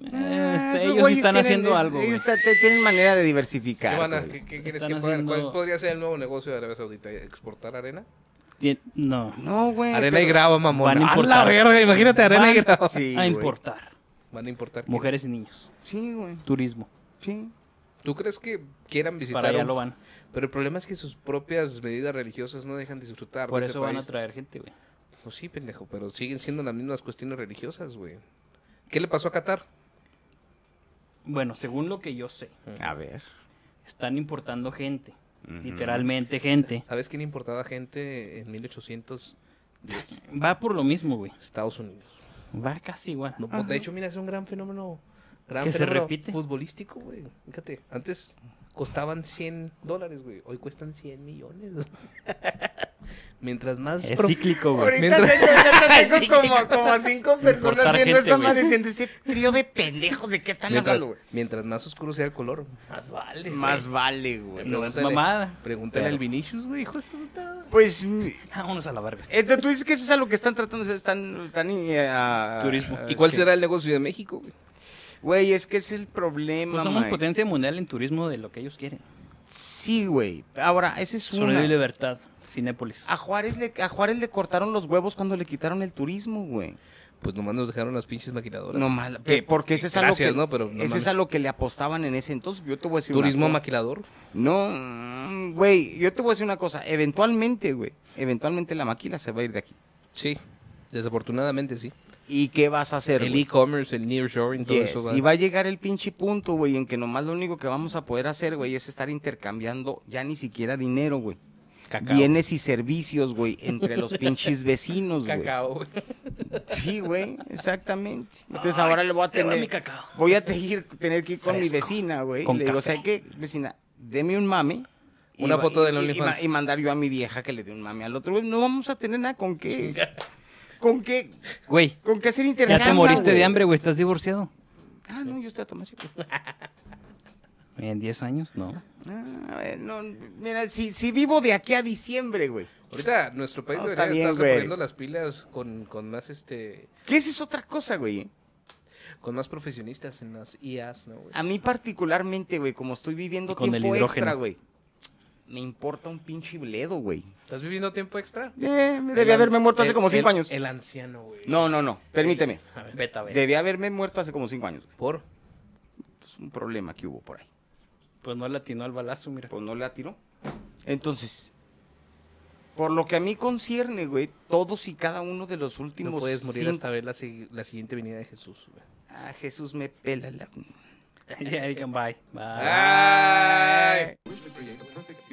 Speaker 3: Eh, este,
Speaker 2: Ah, esos
Speaker 3: ellos sí
Speaker 2: güeyes
Speaker 3: están
Speaker 2: tienen-
Speaker 3: haciendo
Speaker 2: es-
Speaker 3: algo. güey.
Speaker 2: Ellos ta- te- tienen manera de
Speaker 4: ¿Qué,
Speaker 2: diversificar.
Speaker 4: van a-
Speaker 2: güey.
Speaker 4: qué- qué quieres
Speaker 3: Están
Speaker 4: que puedan? ¿Cuál
Speaker 3: haciendo-
Speaker 4: podría ser el nuevo negocio de Arabia Saudita? ¿Exportar arena?
Speaker 3: Tien- No.
Speaker 2: No, güey.
Speaker 4: arena y
Speaker 2: pero-
Speaker 4: grava, mamón.
Speaker 3: Van a
Speaker 4: ¡A la
Speaker 3: importar.
Speaker 4: verga! Imagínate arena y
Speaker 3: Van
Speaker 4: grava.
Speaker 2: Sí,
Speaker 3: a
Speaker 2: güey.
Speaker 3: importar.
Speaker 4: Van a importar. ¿qué?
Speaker 3: Mujeres y niños.
Speaker 2: Sí, güey.
Speaker 3: Turismo.
Speaker 2: Sí.
Speaker 4: ¿Tú crees que quieran visitar?
Speaker 3: Para allá
Speaker 4: un-
Speaker 3: lo van.
Speaker 4: Pero el problema es que sus propias medidas religiosas no dejan disfrutar
Speaker 3: Por
Speaker 4: de ese
Speaker 3: eso van a
Speaker 4: país.
Speaker 3: traer gente, güey.
Speaker 4: Pues sí, pendejo, pero siguen siendo las mismas cuestiones religiosas, güey. ¿Qué le pasó a Qatar?
Speaker 3: Bueno, según lo que yo sé,
Speaker 4: Ah.
Speaker 2: A ver.
Speaker 3: están importando gente. Literalmente gente.
Speaker 4: ¿Sabes quién importaba gente en 1810?
Speaker 3: Va por lo mismo, güey.
Speaker 4: Estados Unidos.
Speaker 3: Va casi igual.
Speaker 4: No, pues, de hecho, mira, es un gran fenómeno, gran
Speaker 3: ¿Que se
Speaker 4: fenómeno
Speaker 3: repite?
Speaker 4: futbolístico, güey. Fíjate, antes costaban 100 dólares, güey. Hoy cuestan 100 millones. Mientras más...
Speaker 3: Es
Speaker 4: prof-
Speaker 3: cíclico, güey.
Speaker 2: Ahorita
Speaker 4: Mientras-
Speaker 2: tengo, ahorita tengo como, como a cinco personas
Speaker 3: Importar
Speaker 2: viendo
Speaker 3: gente,
Speaker 2: esta
Speaker 3: güey.
Speaker 2: madre diciendo este trío de pendejos de qué están
Speaker 4: mientras,
Speaker 2: hablando, güey.
Speaker 4: mientras más oscuro sea el color, más vale.
Speaker 2: Más
Speaker 4: güey.
Speaker 2: vale, güey.
Speaker 3: No es
Speaker 4: Pregúntale-
Speaker 3: mamada.
Speaker 4: Pregúntale
Speaker 3: Pero-
Speaker 4: al Vinicius, güey, hijo de su puta.
Speaker 2: Pues, mm,
Speaker 3: Vámonos a la verga.
Speaker 2: entonces tú dices que eso es a lo que están tratando, se están, están eh, ah,
Speaker 3: Turismo.
Speaker 2: ah,
Speaker 4: ¿Y cuál
Speaker 2: sí.
Speaker 4: será el negocio de México, güey?
Speaker 2: Güey, es que es el problema,
Speaker 3: Pues somos
Speaker 2: Mike.
Speaker 3: potencia mundial en turismo de lo que ellos quieren.
Speaker 2: Sí, güey. Ahora, ese es Ah.
Speaker 3: Sonido y
Speaker 2: uno.
Speaker 3: libertad. Cinépolis.
Speaker 2: A Juárez, le, a Juárez le cortaron los huevos cuando le quitaron el turismo, güey.
Speaker 4: Pues nomás nos dejaron las pinches maquiladoras.
Speaker 2: No mal, pe- porque ese es algo
Speaker 4: gracias,
Speaker 2: que,
Speaker 4: ¿no? Pero no
Speaker 2: ese es
Speaker 4: mames.
Speaker 2: a lo que le apostaban en ese entonces. Yo te voy a decir una
Speaker 4: Turismo
Speaker 2: cosa.
Speaker 4: maquilador.
Speaker 2: No, mm, güey, yo te voy a decir una cosa. Eventualmente, güey, eventualmente la maquila se va a ir de aquí.
Speaker 4: Sí, desafortunadamente sí.
Speaker 2: ¿Y qué vas a hacer?
Speaker 4: El
Speaker 2: güey?
Speaker 4: e-commerce, el nearshoring, todo
Speaker 2: Yes,
Speaker 4: eso.
Speaker 2: Y va a llegar el pinche punto, güey, en que nomás lo único que vamos a poder hacer, güey, es estar intercambiando ya ni siquiera dinero, güey.
Speaker 4: Cacao.
Speaker 2: Bienes y servicios, güey, entre los pinches vecinos, güey.
Speaker 4: Cacao, güey.
Speaker 2: Sí, güey, exactamente. Entonces ahora le voy a
Speaker 3: te va mi
Speaker 2: tener,
Speaker 3: cacao.
Speaker 2: voy a tener, tener que ir con mi
Speaker 3: Fresco,
Speaker 2: vecina, güey. y
Speaker 3: con
Speaker 2: Le digo,
Speaker 3: café.
Speaker 2: ¿sabes qué, vecina? Deme un mame Y
Speaker 4: Una
Speaker 2: va-
Speaker 4: foto
Speaker 2: y-
Speaker 4: del
Speaker 2: y- y
Speaker 4: OnlyFans.
Speaker 2: ma- Y, mandar yo a mi vieja que le dé un mame al otro. güey. No vamos a tener nada con qué. ¿Con qué?
Speaker 3: Güey,
Speaker 2: ¿Con qué hacer
Speaker 3: ya
Speaker 2: intercambio?
Speaker 3: te moriste de hambre, güey. ¿Estás divorciado?
Speaker 2: Ah, no, yo estoy a tomar chico.
Speaker 3: ¿En 10 años? No.
Speaker 2: Ah, eh, no, mira, si, si vivo de aquí a diciembre, güey.
Speaker 4: Ahorita nuestro país
Speaker 2: No,
Speaker 4: debería
Speaker 2: está bien,
Speaker 4: estarse
Speaker 2: güey.
Speaker 4: poniendo las pilas con, con más este
Speaker 2: Que esa es otra cosa, güey.
Speaker 4: con más profesionistas en las IAs, ¿no, güey?
Speaker 2: A mí particularmente, güey, como estoy viviendo
Speaker 3: Y con el
Speaker 2: tiempo extra,
Speaker 3: hidrógeno.
Speaker 2: güey. Me importa un pinche bledo, güey.
Speaker 4: ¿Estás viviendo tiempo extra?
Speaker 2: Eh, me
Speaker 4: El
Speaker 2: debía
Speaker 4: an-
Speaker 2: haberme muerto hace
Speaker 4: el-
Speaker 2: como cinco
Speaker 4: el-
Speaker 2: años.
Speaker 4: El anciano, güey.
Speaker 2: No, no, no, permíteme.
Speaker 3: A ver, vete a ver.
Speaker 2: Debía haberme muerto hace como cinco años.
Speaker 4: Por.
Speaker 2: Es un problema que hubo por ahí.
Speaker 3: Pues no le atinó al balazo, mira.
Speaker 2: Pues no le atinó. Entonces, por lo que a mí concierne, güey, todos y cada uno de los últimos
Speaker 4: No puedes morir
Speaker 2: cinco-
Speaker 4: hasta ver la, si- la siguiente venida de Jesús, güey.
Speaker 2: Ah, Jesús me pela la...
Speaker 3: Ya digan bye. Bye.
Speaker 2: Ah,
Speaker 4: Ay.
Speaker 5: We can create a perfect